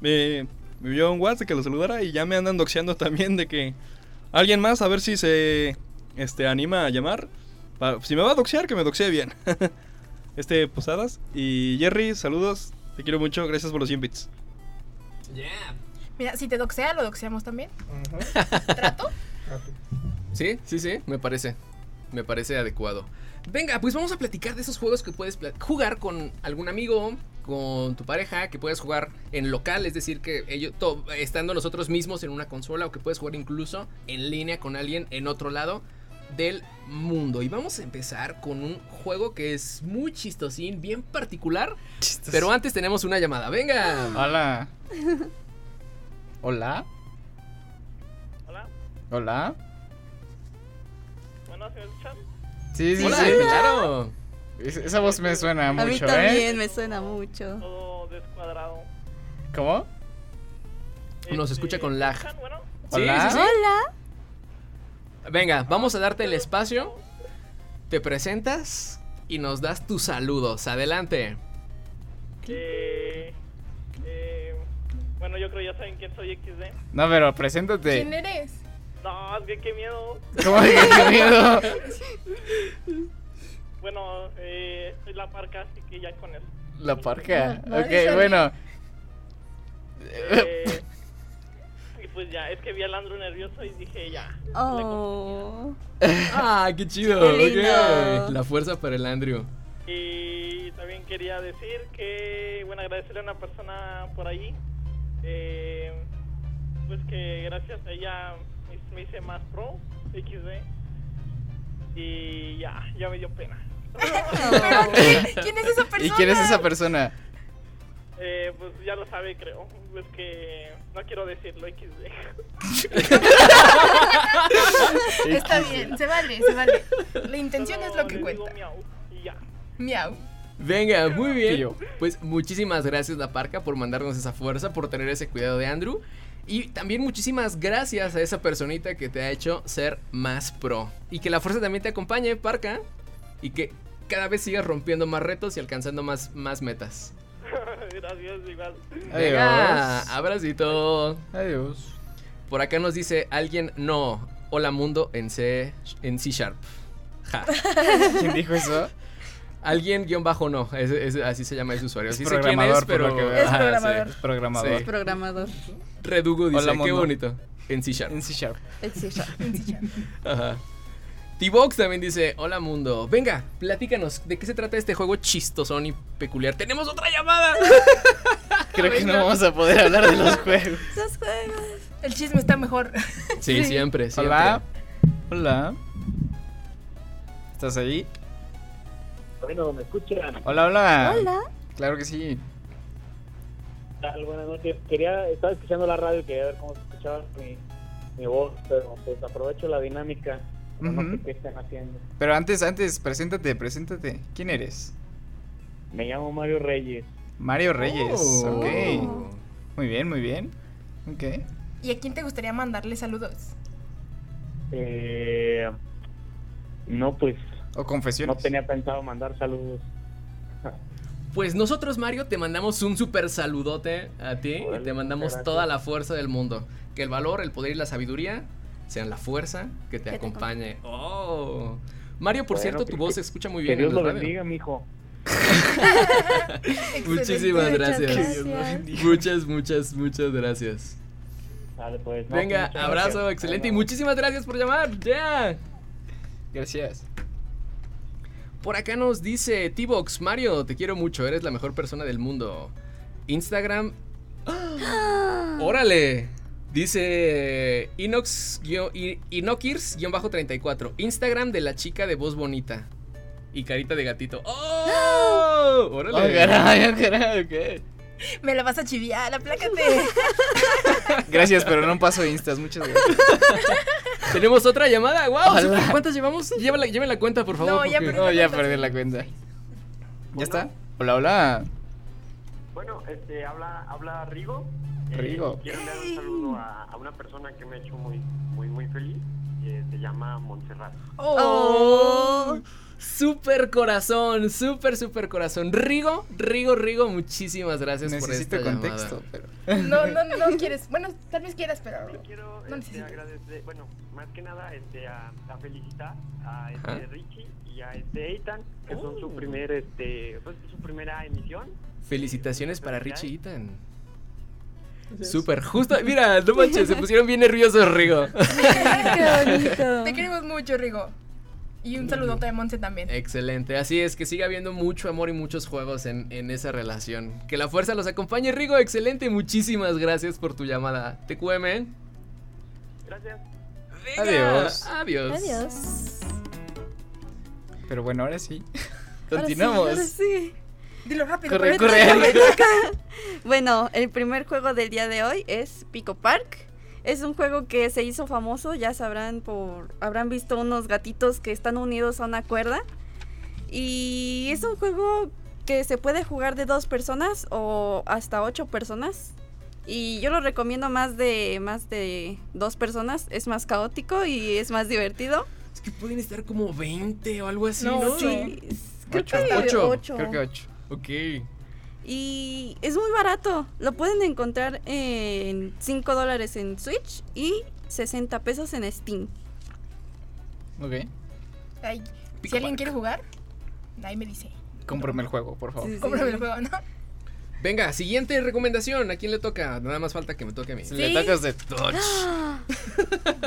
[SPEAKER 5] me, me vio un WhatsApp que lo saludara y ya me andan doxeando también de que alguien más a ver si se este anima a llamar. Pa- si me va a doxear, que me doxee bien. [laughs] este Posadas y Jerry, saludos. Te quiero mucho. Gracias por los 100 bits.
[SPEAKER 3] Mira, si te doxea, lo doxeamos también. [laughs]
[SPEAKER 1] Sí, sí, sí, me parece. Me parece adecuado. Venga, pues vamos a platicar de esos juegos que puedes pla- jugar con algún amigo, con tu pareja, que puedes jugar en local, es decir, que ellos to- estando nosotros mismos en una consola o que puedes jugar incluso en línea con alguien en otro lado del mundo. Y vamos a empezar con un juego que es muy chistosín, bien particular, pero antes tenemos una llamada. Venga.
[SPEAKER 2] Hola. Hola.
[SPEAKER 7] Hola.
[SPEAKER 2] Hola.
[SPEAKER 7] Bueno, ¿se me escuchan?
[SPEAKER 2] Sí, sí,
[SPEAKER 1] Hola,
[SPEAKER 2] sí.
[SPEAKER 1] claro.
[SPEAKER 2] Es- Esa voz me suena
[SPEAKER 4] A mí
[SPEAKER 2] mucho, ¿eh?
[SPEAKER 4] también me suena mucho.
[SPEAKER 7] Todo descuadrado.
[SPEAKER 2] ¿Cómo?
[SPEAKER 1] Nos
[SPEAKER 7] Este,
[SPEAKER 1] escucha con lag.
[SPEAKER 7] ¿me escuchan? Bueno,
[SPEAKER 1] Sí,
[SPEAKER 2] Hola.
[SPEAKER 1] sí, sí.
[SPEAKER 4] Hola.
[SPEAKER 1] Venga, vamos a darte el espacio. Te presentas y nos das tus saludos. Adelante.
[SPEAKER 7] eh, eh, bueno, yo creo ya saben quién soy XD.
[SPEAKER 2] No, pero
[SPEAKER 3] ¿Quién
[SPEAKER 2] preséntate.
[SPEAKER 3] eres?
[SPEAKER 7] No, es que qué miedo.
[SPEAKER 2] ¿Cómo que qué miedo?
[SPEAKER 7] Bueno, eh, soy la parca, así que ya con eso.
[SPEAKER 2] La parca.
[SPEAKER 3] No, no,
[SPEAKER 2] Ok,
[SPEAKER 3] eso
[SPEAKER 2] bueno.
[SPEAKER 7] Eh, y pues ya, es que vi al Andrew nervioso y dije ya.
[SPEAKER 4] Oh.
[SPEAKER 1] Ah, qué chido.
[SPEAKER 4] Qué lindo.
[SPEAKER 1] ok. La fuerza para el Andrew.
[SPEAKER 7] Y también quería decir que, bueno, agradecerle a una persona por ahí, eh, pues que gracias a ella me- me hice más pro, XD, y ya, ya me dio pena.
[SPEAKER 2] [laughs]
[SPEAKER 3] ¿Pero [laughs] quién, quién es esa persona?
[SPEAKER 2] ¿Y quién es esa persona?
[SPEAKER 7] Eh, pues ya lo sabe, creo, pues que no quiero decirlo, XD.
[SPEAKER 3] [laughs]
[SPEAKER 2] [laughs]
[SPEAKER 3] Está bien, se vale, se vale. La intención es lo
[SPEAKER 7] Solo
[SPEAKER 3] que
[SPEAKER 7] le digo
[SPEAKER 3] cuenta.
[SPEAKER 7] miau, y ya.
[SPEAKER 3] Miau.
[SPEAKER 1] Venga, muy bien.
[SPEAKER 2] Yo.
[SPEAKER 1] Pues muchísimas gracias, La Parca, por mandarnos esa fuerza, por tener ese cuidado de Andrew. Y también muchísimas gracias a esa personita que te ha hecho ser más pro. Y que la fuerza también te acompañe, Parca. Y que cada vez sigas rompiendo más retos y alcanzando más, más metas.
[SPEAKER 7] [laughs] Gracias, igual.
[SPEAKER 1] Venga, abracito.
[SPEAKER 2] Adiós.
[SPEAKER 1] Por acá nos dice alguien, no. Hola mundo en C, en C Sharp. Ja.
[SPEAKER 2] ¿Quién dijo eso?
[SPEAKER 1] Alguien guión bajo no. es- es- así se llama ese usuario.
[SPEAKER 2] Es
[SPEAKER 1] Sí sé quién
[SPEAKER 2] programador,
[SPEAKER 1] es, pero...
[SPEAKER 2] por lo que veo.
[SPEAKER 4] Es
[SPEAKER 1] Ajá, sí.
[SPEAKER 4] programador.
[SPEAKER 2] Es programador.
[SPEAKER 1] Sí.
[SPEAKER 4] Programador.
[SPEAKER 1] Redugo dice,
[SPEAKER 2] Hola,
[SPEAKER 1] qué
[SPEAKER 2] mundo".
[SPEAKER 1] bonito. En C Sharp.
[SPEAKER 2] En C Sharp.
[SPEAKER 4] Exija.
[SPEAKER 1] Ajá. T-Box también dice, hola mundo. Venga, platícanos, ¿de qué se trata este juego chistosón y peculiar? ¡Tenemos otra llamada!
[SPEAKER 2] Creo que no vamos a poder hablar de los
[SPEAKER 1] [laughs]
[SPEAKER 2] juegos.
[SPEAKER 4] Los juegos.
[SPEAKER 3] El chisme está mejor. [laughs]
[SPEAKER 1] Sí, siempre, siempre.
[SPEAKER 2] Hola. Hola. ¿Estás ahí?
[SPEAKER 9] Bueno, ¿me escuchan?
[SPEAKER 2] Hola, hola.
[SPEAKER 4] Hola.
[SPEAKER 2] Claro que sí.
[SPEAKER 9] ¿Qué tal? Buenas noches. Quería, estaba escuchando la radio y quería ver cómo se escuchaba mi, mi voz, pero pues aprovecho la dinámica. No sé
[SPEAKER 2] Ujú.
[SPEAKER 9] qué están haciendo.
[SPEAKER 2] Pero antes, antes, preséntate, preséntate. ¿Quién eres?
[SPEAKER 9] Me llamo Mario Reyes.
[SPEAKER 2] Mario Reyes.
[SPEAKER 1] Oh.
[SPEAKER 2] Ok. Muy bien, muy bien. Ok.
[SPEAKER 3] ¿Y a quién te gustaría mandarle saludos?
[SPEAKER 9] Eh, no, pues
[SPEAKER 2] O
[SPEAKER 9] no
[SPEAKER 2] confesiones.
[SPEAKER 9] tenía pensado mandar saludos.
[SPEAKER 1] Pues nosotros, Mario, te mandamos un super saludote a ti. y
[SPEAKER 9] Órale,
[SPEAKER 1] te mandamos
[SPEAKER 9] gracias.
[SPEAKER 1] toda la fuerza del mundo. Que el valor, el poder y la sabiduría sean la fuerza que te
[SPEAKER 4] te
[SPEAKER 1] acompañe. ¡Oh! Mario,
[SPEAKER 9] Bueno,
[SPEAKER 1] por
[SPEAKER 9] pues
[SPEAKER 1] cierto,
[SPEAKER 9] que-
[SPEAKER 1] tu voz se escucha muy
[SPEAKER 9] Que
[SPEAKER 1] bien.
[SPEAKER 9] Dios
[SPEAKER 1] en
[SPEAKER 9] lo
[SPEAKER 1] la radio. [laughs]
[SPEAKER 9] bendiga, mijo.
[SPEAKER 1] Muchísimas
[SPEAKER 3] Excelente,
[SPEAKER 1] gracias.
[SPEAKER 3] muchas
[SPEAKER 1] Muchas, muchas, muchas gracias.
[SPEAKER 9] Dale, pues, no,
[SPEAKER 1] Venga,
[SPEAKER 9] muchas
[SPEAKER 1] abrazo,
[SPEAKER 9] gracias.
[SPEAKER 1] excelente.
[SPEAKER 9] Bueno.
[SPEAKER 1] Y muchísimas gracias por llamar. ¡Ya!
[SPEAKER 2] Gracias.
[SPEAKER 1] Por acá nos dice T-Box, Mario, te quiero mucho, eres la mejor persona del mundo. Instagram. [gasps] ¡Ah! ¡Órale! Dice eh, Inox, guio- I- Inokirs-34. Instagram de la chica de voz bonita. Y carita de gatito. ¡Oh!
[SPEAKER 2] Oh,
[SPEAKER 1] ¡Órale!
[SPEAKER 2] caray, oh, caray, ok.
[SPEAKER 3] [laughs] Me la vas a chiviar,
[SPEAKER 4] [laughs]
[SPEAKER 3] aplácate.
[SPEAKER 2] [laughs] Gracias, pero no paso instas. Muchas gracias.
[SPEAKER 1] Tenemos otra llamada. ¡Wow!
[SPEAKER 2] Hola.
[SPEAKER 1] ¿Cuántas llevamos? Lleva la, lleva la cuenta, por favor.
[SPEAKER 3] No, ya
[SPEAKER 1] porque-
[SPEAKER 3] perdí.
[SPEAKER 2] No, ya perdí la cuenta. ¿Ya está? Hola, hola.
[SPEAKER 9] Bueno, este, habla, habla Rigo. Eh,
[SPEAKER 2] Rigo.
[SPEAKER 9] quiero dar un saludo a, a una persona que me ha hecho muy, muy, muy feliz. eh, se llama Montserrat.
[SPEAKER 1] Oh, Super corazón, super, super corazón. Rigo, Rigo, Rigo, muchísimas gracias
[SPEAKER 2] Necesito
[SPEAKER 1] por esta llamada.
[SPEAKER 2] contexto, pero.
[SPEAKER 3] No, no, no quieres. Bueno, tal vez quieras, pero.
[SPEAKER 9] Yo quiero
[SPEAKER 3] No
[SPEAKER 9] este,
[SPEAKER 3] necesito.
[SPEAKER 9] agradecer, bueno, más que nada este, a, a felicitar a este,
[SPEAKER 1] Ajá.
[SPEAKER 9] Richie y a este Ethan, que son
[SPEAKER 2] Oh.
[SPEAKER 9] su primer, este, pues, su primera emisión.
[SPEAKER 1] Felicitaciones para Richie y Ethan. Super, justo,
[SPEAKER 4] [laughs]
[SPEAKER 1] mira, no manches, se pusieron bien nerviosos, Rigo.
[SPEAKER 3] Te queremos mucho, Rigo. Y un saludote de Monse también.
[SPEAKER 1] Excelente, así es, que siga habiendo mucho amor y muchos juegos en, en esa relación. Que la fuerza los acompañe, Rigo, excelente, muchísimas gracias por tu llamada. Te cuemen.
[SPEAKER 9] Gracias.
[SPEAKER 2] Adiós.
[SPEAKER 1] Adiós.
[SPEAKER 4] Adiós.
[SPEAKER 2] Pero bueno, ahora sí.
[SPEAKER 4] Ahora sí,
[SPEAKER 2] Continuamos.
[SPEAKER 4] ahora sí.
[SPEAKER 3] Dilo rápido.
[SPEAKER 2] Corre,
[SPEAKER 3] corre.
[SPEAKER 2] corre.
[SPEAKER 4] [laughs] Bueno, el primer juego del día de hoy es Pico Park. Es un juego que se hizo famoso, ya sabrán por habrán visto unos gatitos que están unidos a una cuerda. Y es un juego que se puede jugar de dos personas o hasta ocho personas. Y yo lo recomiendo más de más de dos personas, es más caótico y es más divertido.
[SPEAKER 1] Es que pueden estar como 20 o algo así,
[SPEAKER 3] No,
[SPEAKER 1] ¿no?
[SPEAKER 4] Sí, es- creo
[SPEAKER 2] Ocho.
[SPEAKER 4] que
[SPEAKER 1] Ocho.
[SPEAKER 4] ocho.
[SPEAKER 2] Creo que 8.
[SPEAKER 1] Ok.
[SPEAKER 4] Y es muy barato. Lo pueden encontrar en 5 dólares en Switch y 60 pesos en Steam.
[SPEAKER 2] Ok.
[SPEAKER 3] Ay, si alguien quiere jugar, ahí me dice.
[SPEAKER 2] Cómprame el juego, por favor.
[SPEAKER 4] Sí, sí,
[SPEAKER 3] Cómprame el
[SPEAKER 4] sí.
[SPEAKER 3] juego, ¿no?
[SPEAKER 1] Venga, siguiente recomendación. ¿A quién le toca? Nada más falta que me toque a mí.
[SPEAKER 2] Le toca a usted.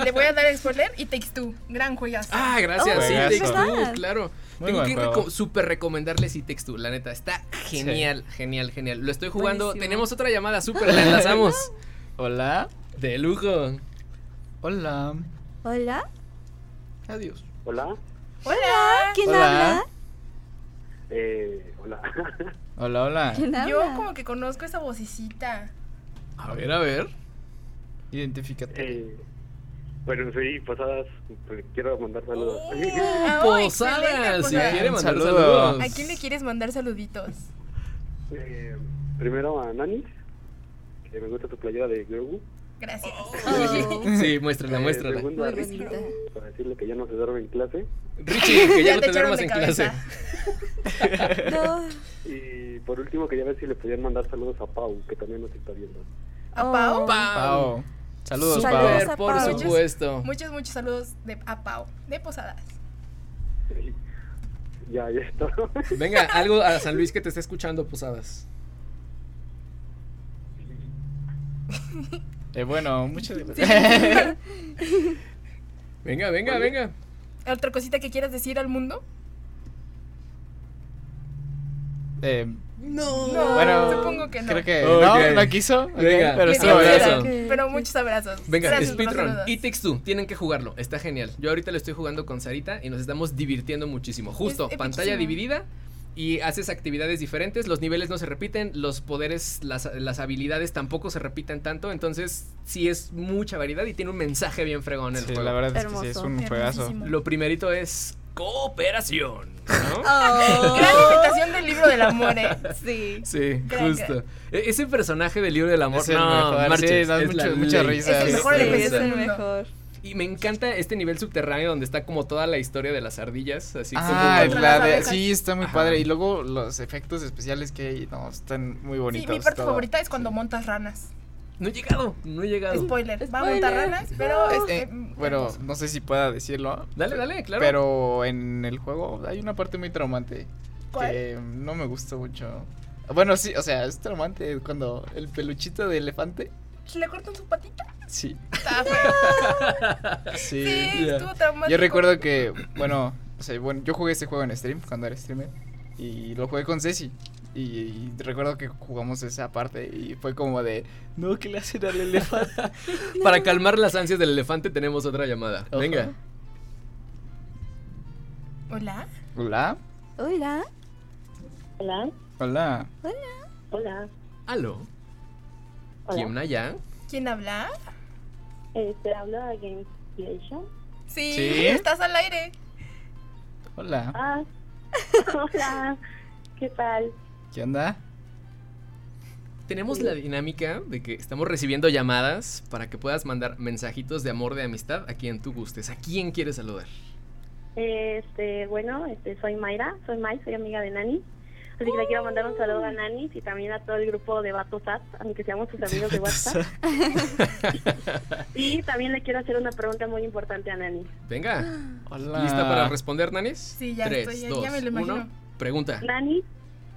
[SPEAKER 3] Le voy a dar el spoiler y Takes Two. Gran juegazo.
[SPEAKER 1] Ah, gracias.
[SPEAKER 2] Oh,
[SPEAKER 1] sí,
[SPEAKER 2] juegazo.
[SPEAKER 1] Takes Two,
[SPEAKER 4] ¿Verdad?
[SPEAKER 1] claro.
[SPEAKER 2] Muy
[SPEAKER 1] Tengo
[SPEAKER 2] buen
[SPEAKER 1] que
[SPEAKER 2] juego.
[SPEAKER 1] reco- súper recomendarles y Takes Two, la neta. Está genial, genial, genial. Lo estoy jugando.
[SPEAKER 4] Buenísimo.
[SPEAKER 1] Tenemos otra llamada, súper. La enlazamos.
[SPEAKER 2] [laughs] Hola.
[SPEAKER 1] De lujo.
[SPEAKER 2] Hola.
[SPEAKER 4] Hola.
[SPEAKER 2] Adiós.
[SPEAKER 9] Hola.
[SPEAKER 4] Hola. ¿Quién
[SPEAKER 2] Hola.
[SPEAKER 4] habla?
[SPEAKER 9] Eh, hola. [laughs]
[SPEAKER 2] Hola, hola.
[SPEAKER 4] ¿Quién habla?
[SPEAKER 3] Yo como que conozco esa vocecita.
[SPEAKER 1] A ver, a ver.
[SPEAKER 2] Identifícate.
[SPEAKER 9] Eh, bueno, soy Posadas. pues, Quiero mandar saludos. [laughs]
[SPEAKER 3] Ah, oh, excelente,
[SPEAKER 1] Posadas, si
[SPEAKER 3] Posadas.
[SPEAKER 1] quiere mandar
[SPEAKER 2] Saludos.
[SPEAKER 1] saludos.
[SPEAKER 3] ¿A quién le quieres mandar saluditos?
[SPEAKER 9] Eh, primero a Nani, que me gusta tu playera de Grogu. Eh,
[SPEAKER 3] Gracias.
[SPEAKER 1] Sí, muéstrala, muéstrala.
[SPEAKER 9] Segundo a
[SPEAKER 3] Oh. Muy
[SPEAKER 9] Richie,
[SPEAKER 3] bonita.
[SPEAKER 9] para decirle que ya no se duerme en clase.
[SPEAKER 3] [laughs]
[SPEAKER 1] Richie, que ya,
[SPEAKER 3] Ya
[SPEAKER 1] no
[SPEAKER 3] te
[SPEAKER 1] te duermas en
[SPEAKER 3] echaron de
[SPEAKER 1] clase.
[SPEAKER 4] No.
[SPEAKER 9] [laughs] Y por último, quería ver si le podían mandar saludos a Pau, que también nos está viendo.
[SPEAKER 3] ¿A Pau?
[SPEAKER 1] Pau.
[SPEAKER 2] Pau. Saludos,
[SPEAKER 4] Super.
[SPEAKER 2] Pau.
[SPEAKER 1] Super,
[SPEAKER 4] Saludos Pues a
[SPEAKER 1] por
[SPEAKER 4] Pau.
[SPEAKER 1] supuesto.
[SPEAKER 3] Muchos, muchos saludos de, a Pau, de
[SPEAKER 2] [laughs]
[SPEAKER 3] Posadas.
[SPEAKER 9] Ya, ya está.
[SPEAKER 1] Venga, algo a San Luis que te está escuchando, Posadas.
[SPEAKER 2] Eh, bueno, muchas
[SPEAKER 1] [laughs] Venga, venga, venga.
[SPEAKER 3] ¿Otra cosita que quieras decir al mundo?
[SPEAKER 2] Eh,
[SPEAKER 1] No.
[SPEAKER 2] bueno,
[SPEAKER 3] supongo que no.
[SPEAKER 2] creo que
[SPEAKER 1] Ok.
[SPEAKER 2] no, no quiso. ok,
[SPEAKER 1] Venga.
[SPEAKER 2] pero
[SPEAKER 1] Les
[SPEAKER 2] estuvo
[SPEAKER 1] abrazo.
[SPEAKER 2] bien.
[SPEAKER 1] abrazo.
[SPEAKER 3] Pero muchos abrazos.
[SPEAKER 1] Venga,
[SPEAKER 3] Gracias por los
[SPEAKER 1] Speedrun.
[SPEAKER 3] saludos.
[SPEAKER 1] Y Takes Two, tienen que jugarlo, está genial. Yo ahorita lo estoy jugando con Sarita y nos estamos divirtiendo muchísimo. Justo,
[SPEAKER 3] Es
[SPEAKER 1] pantalla
[SPEAKER 3] epiquísimo.
[SPEAKER 1] dividida y haces actividades diferentes, los niveles no se repiten, los poderes, las, las habilidades tampoco se repiten tanto, entonces sí es mucha variedad y tiene un mensaje bien fregón el
[SPEAKER 2] Sí,
[SPEAKER 1] juego.
[SPEAKER 2] la verdad es que sí, es
[SPEAKER 4] Hermoso.
[SPEAKER 2] un juegazo.
[SPEAKER 3] Hermosísimo.
[SPEAKER 1] Lo primerito es cooperación, ¿no? [laughs] Oh.
[SPEAKER 2] [laughs]
[SPEAKER 3] Gran invitación del libro del amor, eh.
[SPEAKER 4] Sí.
[SPEAKER 1] Sí,
[SPEAKER 3] Gran,
[SPEAKER 1] justo. E- Ese personaje del libro del amor,
[SPEAKER 2] Es el
[SPEAKER 1] no,
[SPEAKER 2] mejor,
[SPEAKER 1] marches,
[SPEAKER 2] sí, da
[SPEAKER 1] es la
[SPEAKER 2] mucho- mucha
[SPEAKER 1] ley.
[SPEAKER 2] risa,
[SPEAKER 3] Es el mejor
[SPEAKER 1] Sí,
[SPEAKER 3] NPC
[SPEAKER 4] es
[SPEAKER 1] sí.
[SPEAKER 4] el
[SPEAKER 3] del mundo.
[SPEAKER 4] mejor.
[SPEAKER 1] Y me encanta este nivel subterráneo donde está como toda la historia de las ardillas, así
[SPEAKER 2] Ah,
[SPEAKER 1] como
[SPEAKER 3] Contra
[SPEAKER 2] la
[SPEAKER 3] las
[SPEAKER 2] de,
[SPEAKER 3] abejas.
[SPEAKER 2] sí, está muy
[SPEAKER 1] Ajá.
[SPEAKER 2] padre. Y luego los efectos especiales que hay, no, están muy
[SPEAKER 3] Sí,
[SPEAKER 2] bonitos.
[SPEAKER 3] mi parte
[SPEAKER 2] todo.
[SPEAKER 3] favorita es cuando montas ranas.
[SPEAKER 1] No he llegado, no he llegado.
[SPEAKER 3] Spoiler, va a
[SPEAKER 4] Spoiler.
[SPEAKER 3] montar ranas, pero...
[SPEAKER 2] Es-
[SPEAKER 3] este,
[SPEAKER 2] eh, bueno, no sé si pueda decirlo.
[SPEAKER 1] Dale, dale, claro.
[SPEAKER 2] Pero en el juego hay una parte muy traumante
[SPEAKER 3] ¿Cuál?
[SPEAKER 2] que no me gustó mucho. Bueno, sí, o sea, es traumante cuando el peluchito de elefante.
[SPEAKER 3] ¿Le cortan su patita?
[SPEAKER 2] Sí,
[SPEAKER 3] Está feo.
[SPEAKER 2] sí.
[SPEAKER 3] Sí,
[SPEAKER 1] ya.
[SPEAKER 3] estuvo traumático.
[SPEAKER 2] Yo recuerdo que, bueno, o sea, bueno, yo jugué ese juego en stream cuando era streamer y lo jugué con Ceci. Y, y recuerdo que jugamos esa parte y fue como de, no, ¿qué le hacen al elefante?
[SPEAKER 1] Para calmar las ansias del elefante tenemos otra llamada.
[SPEAKER 2] Ojo.
[SPEAKER 1] Venga.
[SPEAKER 3] Hola.
[SPEAKER 2] Hola,
[SPEAKER 4] Hola.
[SPEAKER 8] Hola.
[SPEAKER 2] hola.
[SPEAKER 8] Hola.
[SPEAKER 1] Aló.
[SPEAKER 8] Hola.
[SPEAKER 1] ¿Quién allá?
[SPEAKER 3] ¿Quién habla?
[SPEAKER 8] Este, habla de Gamestation.
[SPEAKER 3] Sí,
[SPEAKER 2] ¿Sí?
[SPEAKER 3] estás al aire.
[SPEAKER 2] Hola,
[SPEAKER 8] Ah. [laughs] Hola. ¿Qué tal?
[SPEAKER 2] ¿qué onda?
[SPEAKER 1] Tenemos la dinámica de que estamos recibiendo llamadas para que puedas mandar mensajitos de amor, de amistad a quien tú gustes. ¿A quién quieres saludar?
[SPEAKER 8] Este, bueno, este, soy Mayra, soy May, soy amiga de Nani. Así que le quiero mandar un saludo a Nani y también a todo el grupo de Vatos Sat, aunque seamos sus amigos de WhatsApp. [laughs] y también le quiero hacer una pregunta muy importante a Nani.
[SPEAKER 1] Venga.
[SPEAKER 2] [gasps] Hola.
[SPEAKER 1] ¿Lista para responder, Nanis?
[SPEAKER 3] Sí, ya
[SPEAKER 1] Tres,
[SPEAKER 3] estoy, ya-
[SPEAKER 1] dos,
[SPEAKER 3] ya me lo
[SPEAKER 1] uno.
[SPEAKER 3] imagino.
[SPEAKER 1] Pregunta.
[SPEAKER 8] Nani,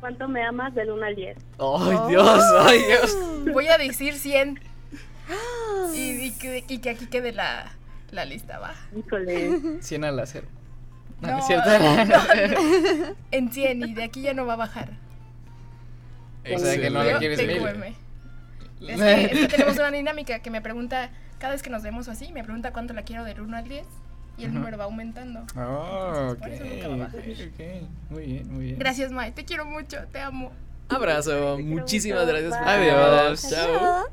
[SPEAKER 8] ¿cuánto me amas del 1 al 10?
[SPEAKER 2] ¡Ay, Dios! ¡Ay, Dios!
[SPEAKER 3] Oh. Voy a decir 100. Y, y que, y que aquí quede la, la lista, va.
[SPEAKER 8] Híjole.
[SPEAKER 2] 100
[SPEAKER 3] [laughs]
[SPEAKER 2] al acero. No,
[SPEAKER 3] No,
[SPEAKER 2] no es cierto.
[SPEAKER 3] [laughs] no, en 100 y de aquí ya no va a bajar.
[SPEAKER 2] O sea, que no
[SPEAKER 3] Yo
[SPEAKER 2] la quieres
[SPEAKER 3] TQM.
[SPEAKER 2] mil.
[SPEAKER 3] Es que, Eh, es que tenemos una dinámica que me pregunta, cada vez que nos vemos o así, me pregunta cuánto la quiero del 1 al 10 y el
[SPEAKER 2] Ujú.
[SPEAKER 3] número va aumentando.
[SPEAKER 2] Ah, ok,
[SPEAKER 3] Por eso nunca va a bajar.
[SPEAKER 2] ok, ok. Muy bien, muy bien.
[SPEAKER 3] Gracias, Mai, te quiero mucho, te amo.
[SPEAKER 1] Abrazo. Muchísimas
[SPEAKER 8] mucho.
[SPEAKER 1] gracias.
[SPEAKER 8] Bye.
[SPEAKER 1] llamar.
[SPEAKER 2] Adiós.
[SPEAKER 1] Chao.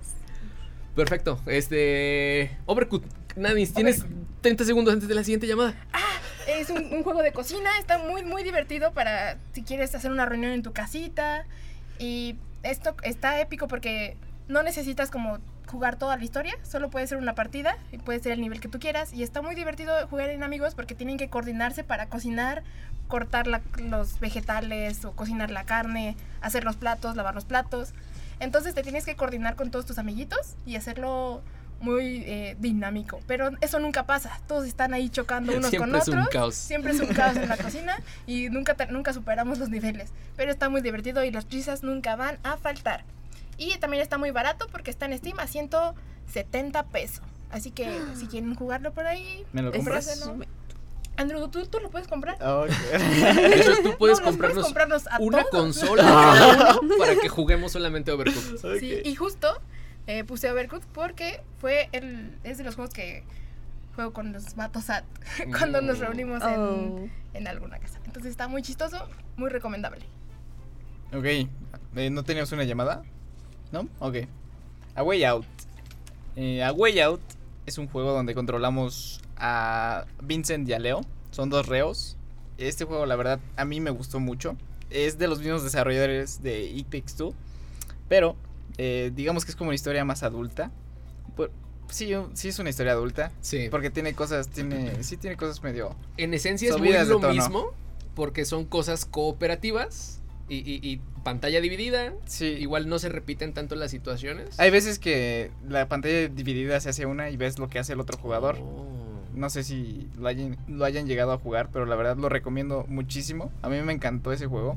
[SPEAKER 1] Perfecto. Este. Overcook. Nanis, tienes 30 segundos antes de la siguiente llamada.
[SPEAKER 3] Es un, un juego de cocina, está muy, muy divertido para si quieres hacer una reunión en tu casita. Y esto está épico porque no necesitas como jugar toda la historia, solo puede ser una partida y puede ser el nivel que tú quieras. Y está muy divertido jugar en amigos porque tienen que coordinarse para cocinar, cortar la- los vegetales o cocinar la carne, hacer los platos, lavar los platos. Entonces te tienes que coordinar con todos tus amiguitos y hacerlo muy eh, dinámico. Pero eso nunca pasa, todos están ahí
[SPEAKER 1] [laughs]
[SPEAKER 3] chocando unos
[SPEAKER 1] Siempre
[SPEAKER 3] con
[SPEAKER 1] es
[SPEAKER 3] otros.
[SPEAKER 1] un caos.
[SPEAKER 3] Siempre es un caos en la cocina y nunca, te- nunca superamos los niveles. Pero está muy divertido y las risas nunca van a faltar. Y también está muy barato porque está en Steam a 170 pesos. Así que si quieren jugarlo por ahí,
[SPEAKER 2] ¿Me lo compras? Ah,
[SPEAKER 3] espérenlo. Andrew, ¿tú, tú lo puedes comprar? [laughs]
[SPEAKER 2] Ok.
[SPEAKER 1] De hecho, tú puedes
[SPEAKER 3] No, los
[SPEAKER 1] comprarnos
[SPEAKER 3] comprarnos a
[SPEAKER 1] una
[SPEAKER 3] todos.
[SPEAKER 1] consola
[SPEAKER 3] Ah.
[SPEAKER 2] [laughs]
[SPEAKER 1] cada uno para que juguemos solamente Overcooked.
[SPEAKER 3] Sí, y justo eh, puse Overcooked porque fue el, es de los juegos que juego con los vatos at [laughs] cuando nos
[SPEAKER 1] Mm.
[SPEAKER 3] reunimos
[SPEAKER 4] Oh.
[SPEAKER 3] en, en alguna casa. Entonces está muy chistoso, muy recomendable.
[SPEAKER 2] Ok, eh, ¿no teníamos una llamada? ¿No? Ok. A Way Out. Eh, a Way Out es un juego donde controlamos a Vincent y a Leo. Son dos reos. Este juego, la verdad, a mí me gustó mucho. Es de los mismos desarrolladores de It Takes Two, Pero, eh, digamos que es como una historia más adulta. Por- sí, sí es una historia adulta.
[SPEAKER 1] Sí.
[SPEAKER 2] Porque tiene cosas, tiene, sí tiene cosas medio...
[SPEAKER 1] En esencia es muy
[SPEAKER 2] Subidas de
[SPEAKER 1] lo
[SPEAKER 2] tono.
[SPEAKER 1] mismo, porque son cosas cooperativas y, y- y pantalla dividida.
[SPEAKER 2] Sí,
[SPEAKER 1] Igual no se repiten tanto las situaciones.
[SPEAKER 2] Hay veces que la pantalla dividida se hace una y ves lo que hace el otro jugador.
[SPEAKER 1] Oh.
[SPEAKER 2] No sé si lo hayan, lo hayan llegado a jugar, pero la verdad lo recomiendo muchísimo. A mí me encantó ese juego.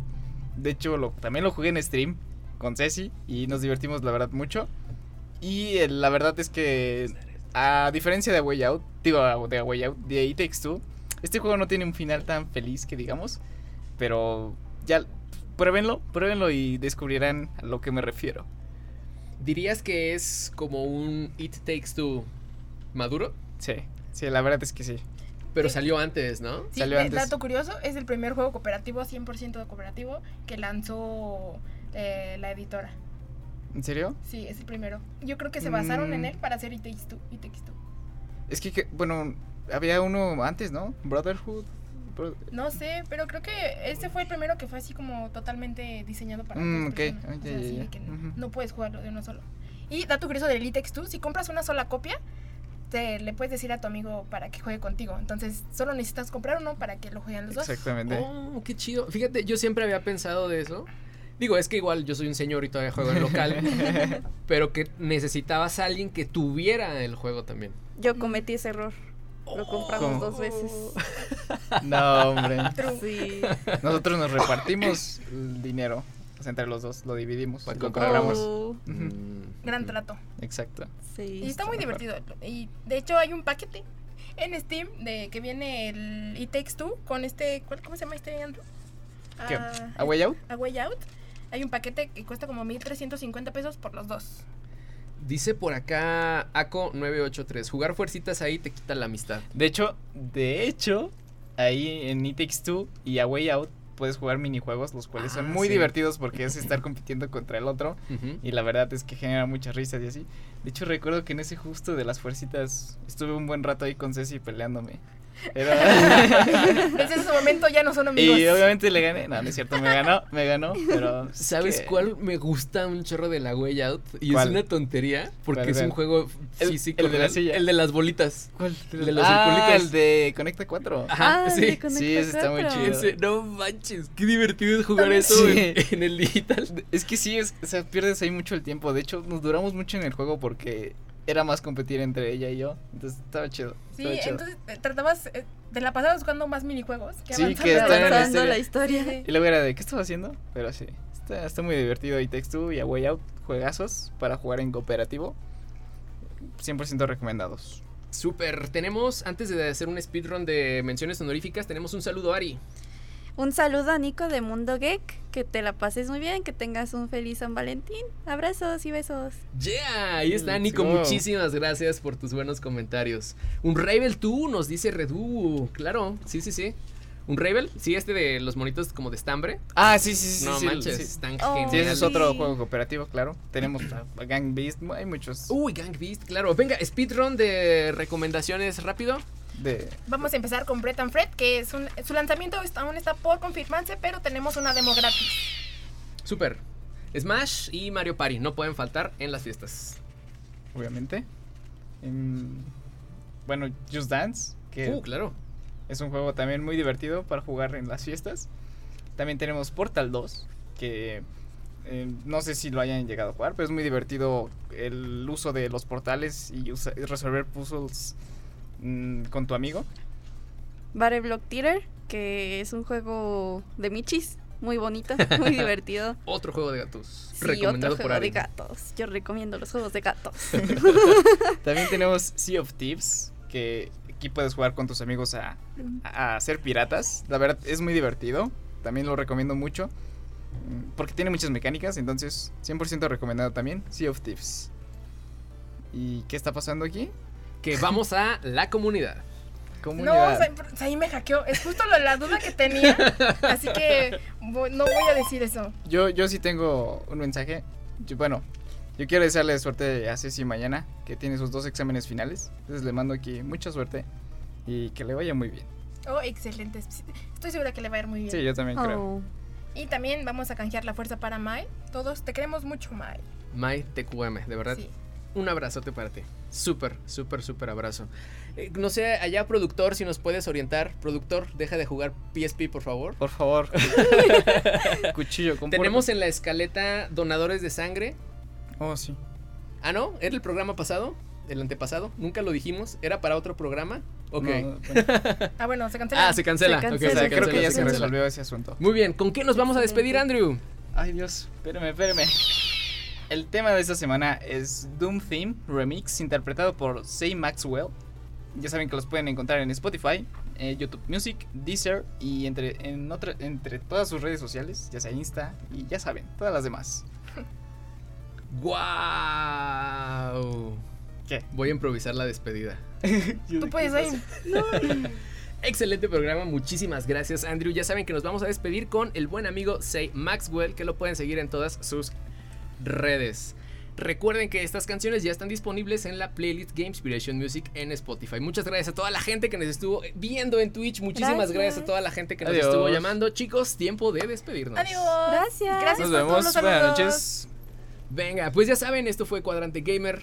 [SPEAKER 2] De hecho, lo, también lo jugué en stream con Ceci y nos divertimos la verdad mucho. Y eh, la verdad es que, a diferencia de A Way Out, digo, de A Way Out, de It Takes Two, este juego no tiene un final tan feliz que digamos, pero ya pruébenlo, pruébenlo y descubrirán a lo que me refiero.
[SPEAKER 1] ¿Dirías que es como un It Takes Two maduro?
[SPEAKER 2] Sí, sí, la verdad es que sí.
[SPEAKER 1] Pero
[SPEAKER 3] Sí.
[SPEAKER 1] salió antes, ¿no?
[SPEAKER 3] Sí,
[SPEAKER 2] Salió
[SPEAKER 3] de-
[SPEAKER 2] antes.
[SPEAKER 3] dato curioso, es el primer juego cooperativo, 100% cooperativo, que lanzó eh, la editora.
[SPEAKER 2] ¿En serio?
[SPEAKER 3] Sí, es el primero. Yo creo que se basaron en
[SPEAKER 2] Mm.
[SPEAKER 3] él para hacer It Takes Two. It Takes Two.
[SPEAKER 2] Es que, que- bueno, había uno antes, ¿no? Brotherhood. Bro-
[SPEAKER 3] No sé, pero creo que este fue el primero que fue así como totalmente diseñado para
[SPEAKER 2] Mm,
[SPEAKER 3] otras
[SPEAKER 2] ok.
[SPEAKER 3] personas.
[SPEAKER 2] Ah,
[SPEAKER 3] O
[SPEAKER 2] ya,
[SPEAKER 3] sea,
[SPEAKER 2] ya,
[SPEAKER 3] pues, así
[SPEAKER 2] ya.
[SPEAKER 3] de que
[SPEAKER 2] Ujú.
[SPEAKER 3] No puedes jugarlo de uno solo. Y dato curioso del Elite X2, si compras una sola copia, te, le puedes decir a tu amigo para que juegue contigo. Entonces, solo necesitas comprar uno para que lo jueguen los dos.
[SPEAKER 2] Exactamente.
[SPEAKER 1] Oh, qué chido. Fíjate, yo siempre había pensado de eso. Digo, es que igual yo soy un señor y todavía juego en
[SPEAKER 2] [laughs]
[SPEAKER 1] local, pero que necesitabas a alguien que tuviera el juego también.
[SPEAKER 3] Mm.
[SPEAKER 4] Yo cometí ese error.
[SPEAKER 1] Oh.
[SPEAKER 4] Lo compramos
[SPEAKER 2] ¿Cómo?
[SPEAKER 4] dos
[SPEAKER 1] [laughs]
[SPEAKER 4] veces.
[SPEAKER 2] No, hombre. [laughs]
[SPEAKER 4] Sí.
[SPEAKER 2] Nosotros nos repartimos el dinero. O sea, entre los dos lo dividimos.
[SPEAKER 1] Para
[SPEAKER 2] y lo
[SPEAKER 1] comprar
[SPEAKER 2] compramos.
[SPEAKER 4] Oh,
[SPEAKER 2] Ujú,
[SPEAKER 1] Mm,
[SPEAKER 3] Gran
[SPEAKER 1] mm.
[SPEAKER 3] trato.
[SPEAKER 2] Exacto.
[SPEAKER 3] Y
[SPEAKER 4] sí.
[SPEAKER 3] está muy
[SPEAKER 2] está
[SPEAKER 3] divertido. Y de hecho hay un paquete en Steam de que viene el It Takes Two con este, ¿cuál- ¿cómo se llama este Andrew?
[SPEAKER 2] ¿Qué?
[SPEAKER 3] Ah,
[SPEAKER 2] ¿A Way Out?
[SPEAKER 3] A Way Out. Hay un paquete que cuesta como 1350 pesos por los
[SPEAKER 2] [laughs]
[SPEAKER 3] dos. [laughs]
[SPEAKER 1] Dice por acá Aco983, jugar fuercitas ahí te quita la amistad.
[SPEAKER 2] De hecho, de hecho, ahí en It Takes Two y A Way Out puedes jugar minijuegos, los cuales
[SPEAKER 1] Ah,
[SPEAKER 2] son muy
[SPEAKER 1] sí.
[SPEAKER 2] divertidos porque es estar compitiendo contra el otro.
[SPEAKER 1] Ujú.
[SPEAKER 2] Y la verdad es que genera muchas risas y así. De hecho, recuerdo que en ese justo de las fuercitas estuve un buen rato ahí con Ceci peleándome.
[SPEAKER 3] [laughs]
[SPEAKER 2] Era-
[SPEAKER 3] Desde ese momento ya no son amigos.
[SPEAKER 2] y obviamente le gané. No, no es cierto, me ganó, me ganó, pero. es
[SPEAKER 1] ¿Sabes
[SPEAKER 2] que
[SPEAKER 1] cuál me gusta un chorro de la Way Out? Y
[SPEAKER 2] ¿Cuál?
[SPEAKER 1] es una tontería, porque
[SPEAKER 2] ¿Cuál,
[SPEAKER 1] es un
[SPEAKER 2] cuál?
[SPEAKER 1] juego
[SPEAKER 2] El-
[SPEAKER 1] físico.
[SPEAKER 2] el de la
[SPEAKER 1] real.
[SPEAKER 2] silla.
[SPEAKER 1] El de las bolitas. ¿Cuál? El de los
[SPEAKER 2] ah,
[SPEAKER 1] circulitos.
[SPEAKER 2] el de Conecta 4.
[SPEAKER 1] Ajá,
[SPEAKER 4] Ah,
[SPEAKER 1] sí.
[SPEAKER 2] Sí, ese está muy chido.
[SPEAKER 1] Ese- no manches, qué divertido es jugar
[SPEAKER 2] También.
[SPEAKER 1] eso
[SPEAKER 2] Sí.
[SPEAKER 1] en, en el digital.
[SPEAKER 2] Es que sí, es, o sea, pierdes ahí mucho el tiempo. De hecho, nos duramos mucho en el juego porque era más competir entre ella y yo. Entonces estaba chido.
[SPEAKER 3] Sí,
[SPEAKER 2] estaba chido.
[SPEAKER 3] entonces eh, tratabas, eh, te la pasabas jugando más minijuegos. Que
[SPEAKER 2] Sí,
[SPEAKER 3] avanzando
[SPEAKER 2] que
[SPEAKER 3] la
[SPEAKER 2] están en la
[SPEAKER 3] historia.
[SPEAKER 4] Avanzando la historia.
[SPEAKER 3] Sí, sí.
[SPEAKER 2] Y luego era de, ¿qué estaba haciendo? Pero sí, está, está muy divertido. Y Text 2 y A Way Out, juegazos para jugar en cooperativo. 100% recomendados.
[SPEAKER 1] Super, tenemos, antes de hacer un speedrun de menciones honoríficas, tenemos un saludo, Ari.
[SPEAKER 4] Un saludo a Nico de Mundo Geek. Que te la pases muy bien. Que tengas un feliz San Valentín. Abrazos y besos.
[SPEAKER 1] Yeah, ahí está,
[SPEAKER 2] Let's
[SPEAKER 1] Nico.
[SPEAKER 2] go.
[SPEAKER 1] Muchísimas gracias por tus buenos comentarios. Un Ravel tú, nos dice Redu. Claro, sí, sí, sí. Un Ravel, sí, este de los monitos como de estambre.
[SPEAKER 2] Ah, sí, sí, sí.
[SPEAKER 1] no
[SPEAKER 2] sí,
[SPEAKER 1] manches,
[SPEAKER 2] sí.
[SPEAKER 1] están
[SPEAKER 4] Oh,
[SPEAKER 2] Sí, ese
[SPEAKER 1] geniales.
[SPEAKER 2] es otro
[SPEAKER 4] Sí.
[SPEAKER 2] juego cooperativo, claro. Tenemos a- a Gang Beast, hay muchos.
[SPEAKER 1] Uy, Gang Beast, claro. Venga, speedrun de recomendaciones rápido.
[SPEAKER 2] De,
[SPEAKER 3] Vamos a empezar con Brett and Fred, que es un- su lanzamiento está- aún está por confirmarse, pero tenemos una demo gratis.
[SPEAKER 1] Super. Smash y Mario Party no pueden faltar en las fiestas.
[SPEAKER 2] obviamente. Em, bueno, Just Dance, que
[SPEAKER 1] Uh, claro.
[SPEAKER 2] Es un juego también muy divertido para jugar en las fiestas. También tenemos Portal 2, que eh, no sé si lo hayan llegado a jugar, pero es muy divertido el uso de los portales y, usa- y resolver puzzles mm, con tu amigo.
[SPEAKER 4] Battle Block Theater. Que es un juego de michis. Muy bonito. [laughs]
[SPEAKER 1] [laughs]
[SPEAKER 4] Muy divertido.
[SPEAKER 1] Otro juego de gatos.
[SPEAKER 4] Sí, otro
[SPEAKER 1] recomendado
[SPEAKER 4] juego
[SPEAKER 1] por Ari.
[SPEAKER 4] de gatos. Yo recomiendo los juegos de
[SPEAKER 2] [laughs]
[SPEAKER 4] gatos.
[SPEAKER 2] También tenemos Sea of Thieves, que aquí puedes jugar con tus amigos a, a ser piratas. La verdad es muy divertido, también lo recomiendo mucho, mm, porque tiene muchas mecánicas, entonces 100% recomendado también Sea of Thieves. ¿Y qué está pasando aquí?
[SPEAKER 1] Que vamos a la comunidad.
[SPEAKER 2] Comunidad.
[SPEAKER 3] No, o sea, pues, ahí me hackeó. Es justo lo- la duda que tenía, así que voy- no voy a decir eso.
[SPEAKER 2] yo, yo sí tengo un mensaje. Yo- bueno, yo quiero desearle suerte a Ceci mañana, que tiene sus dos exámenes finales. Entonces le mando aquí mucha suerte y que le vaya muy bien.
[SPEAKER 3] Oh, excelente. Estoy segura que le va a ir muy bien.
[SPEAKER 2] Sí, yo también creo.
[SPEAKER 4] Oh.
[SPEAKER 3] Y también vamos a canjear la fuerza para Mai. Todos te queremos mucho, Mai.
[SPEAKER 1] My TQM, de verdad.
[SPEAKER 3] Sí.
[SPEAKER 1] un abrazote para ti. Súper, súper, súper abrazo. Eh, no sé, allá productor, si nos puedes orientar. Productor, deja de jugar PSP, por favor.
[SPEAKER 2] Por favor.
[SPEAKER 1] [laughs]
[SPEAKER 2] Cuchillo, con
[SPEAKER 1] Tenemos en la escaleta donadores de sangre.
[SPEAKER 2] Oh, sí.
[SPEAKER 1] Ah, no, era el programa pasado, el antepasado. Nunca lo dijimos, era para otro programa. [laughs]
[SPEAKER 2] No,
[SPEAKER 1] Ok.
[SPEAKER 2] bueno,
[SPEAKER 3] Ah, bueno, se cancela.
[SPEAKER 1] ah, se cancela.
[SPEAKER 4] Se
[SPEAKER 1] ok,
[SPEAKER 4] cancela.
[SPEAKER 1] se
[SPEAKER 4] Creo
[SPEAKER 2] creo
[SPEAKER 1] cancela,
[SPEAKER 2] que ya se
[SPEAKER 1] cancela.
[SPEAKER 2] resolvió ese asunto.
[SPEAKER 1] Muy bien, ¿con qué nos vamos a despedir, Andrew?
[SPEAKER 2] Ay, Dios. Espérame, espérame. El tema de esta semana es Doom Theme Remix, interpretado por Say Maxwell. Ya saben que los pueden encontrar en Spotify, eh, YouTube Music, Deezer y entre, en otra- entre todas sus redes sociales, ya sea Insta y ya saben, todas las demás.
[SPEAKER 1] ¡Wow!
[SPEAKER 2] ¿Qué?
[SPEAKER 1] Voy a improvisar
[SPEAKER 2] [laughs]
[SPEAKER 1] la despedida.
[SPEAKER 3] Tú puedes ahí.
[SPEAKER 1] [laughs] Excelente programa, muchísimas gracias Andrew. Ya saben que nos vamos a despedir con el buen amigo Say Maxwell, que lo pueden seguir en todas sus redes. Recuerden que estas canciones ya están disponibles en la playlist Game Inspiration Music en Spotify. Muchas gracias a toda la gente que nos estuvo viendo en Twitch. Muchísimas gracias,
[SPEAKER 4] Gracias.
[SPEAKER 1] a toda la gente que
[SPEAKER 2] Adiós.
[SPEAKER 1] nos estuvo llamando. Chicos, tiempo de despedirnos.
[SPEAKER 3] Adiós.
[SPEAKER 4] Gracias.
[SPEAKER 3] Gracias
[SPEAKER 2] Nos
[SPEAKER 3] por todos los
[SPEAKER 2] vemos, buenas
[SPEAKER 3] saludos.
[SPEAKER 2] noches.
[SPEAKER 1] Venga, pues ya saben, esto fue Cuadrante Gamer.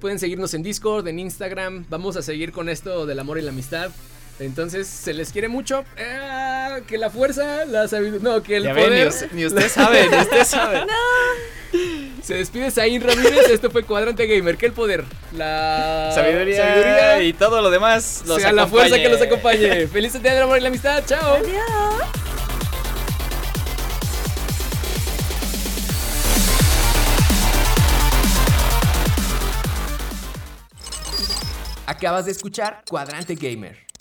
[SPEAKER 1] Pueden seguirnos en Discord, en Instagram. Vamos a seguir con esto del amor y la amistad. Entonces, se les quiere mucho. Eh, que la fuerza, la sabiduría. No, que el
[SPEAKER 2] Ya ven, ni,
[SPEAKER 1] poder.
[SPEAKER 2] us- ni usted sabe, ni usted
[SPEAKER 1] [laughs]
[SPEAKER 2] sabe.
[SPEAKER 1] Se despide Zain Ramírez. Esto fue Cuadrante Gamer. Que el poder, la
[SPEAKER 2] Ah, Sabiduría,
[SPEAKER 1] sabiduría
[SPEAKER 2] y todo lo demás. los
[SPEAKER 1] sea la fuerza que los
[SPEAKER 2] acompañe.
[SPEAKER 1] acompañe. [laughs]
[SPEAKER 2] [laughs]
[SPEAKER 1] Feliz día del amor y la amistad. Chao. Acabas de escuchar Cuadrante Gamer,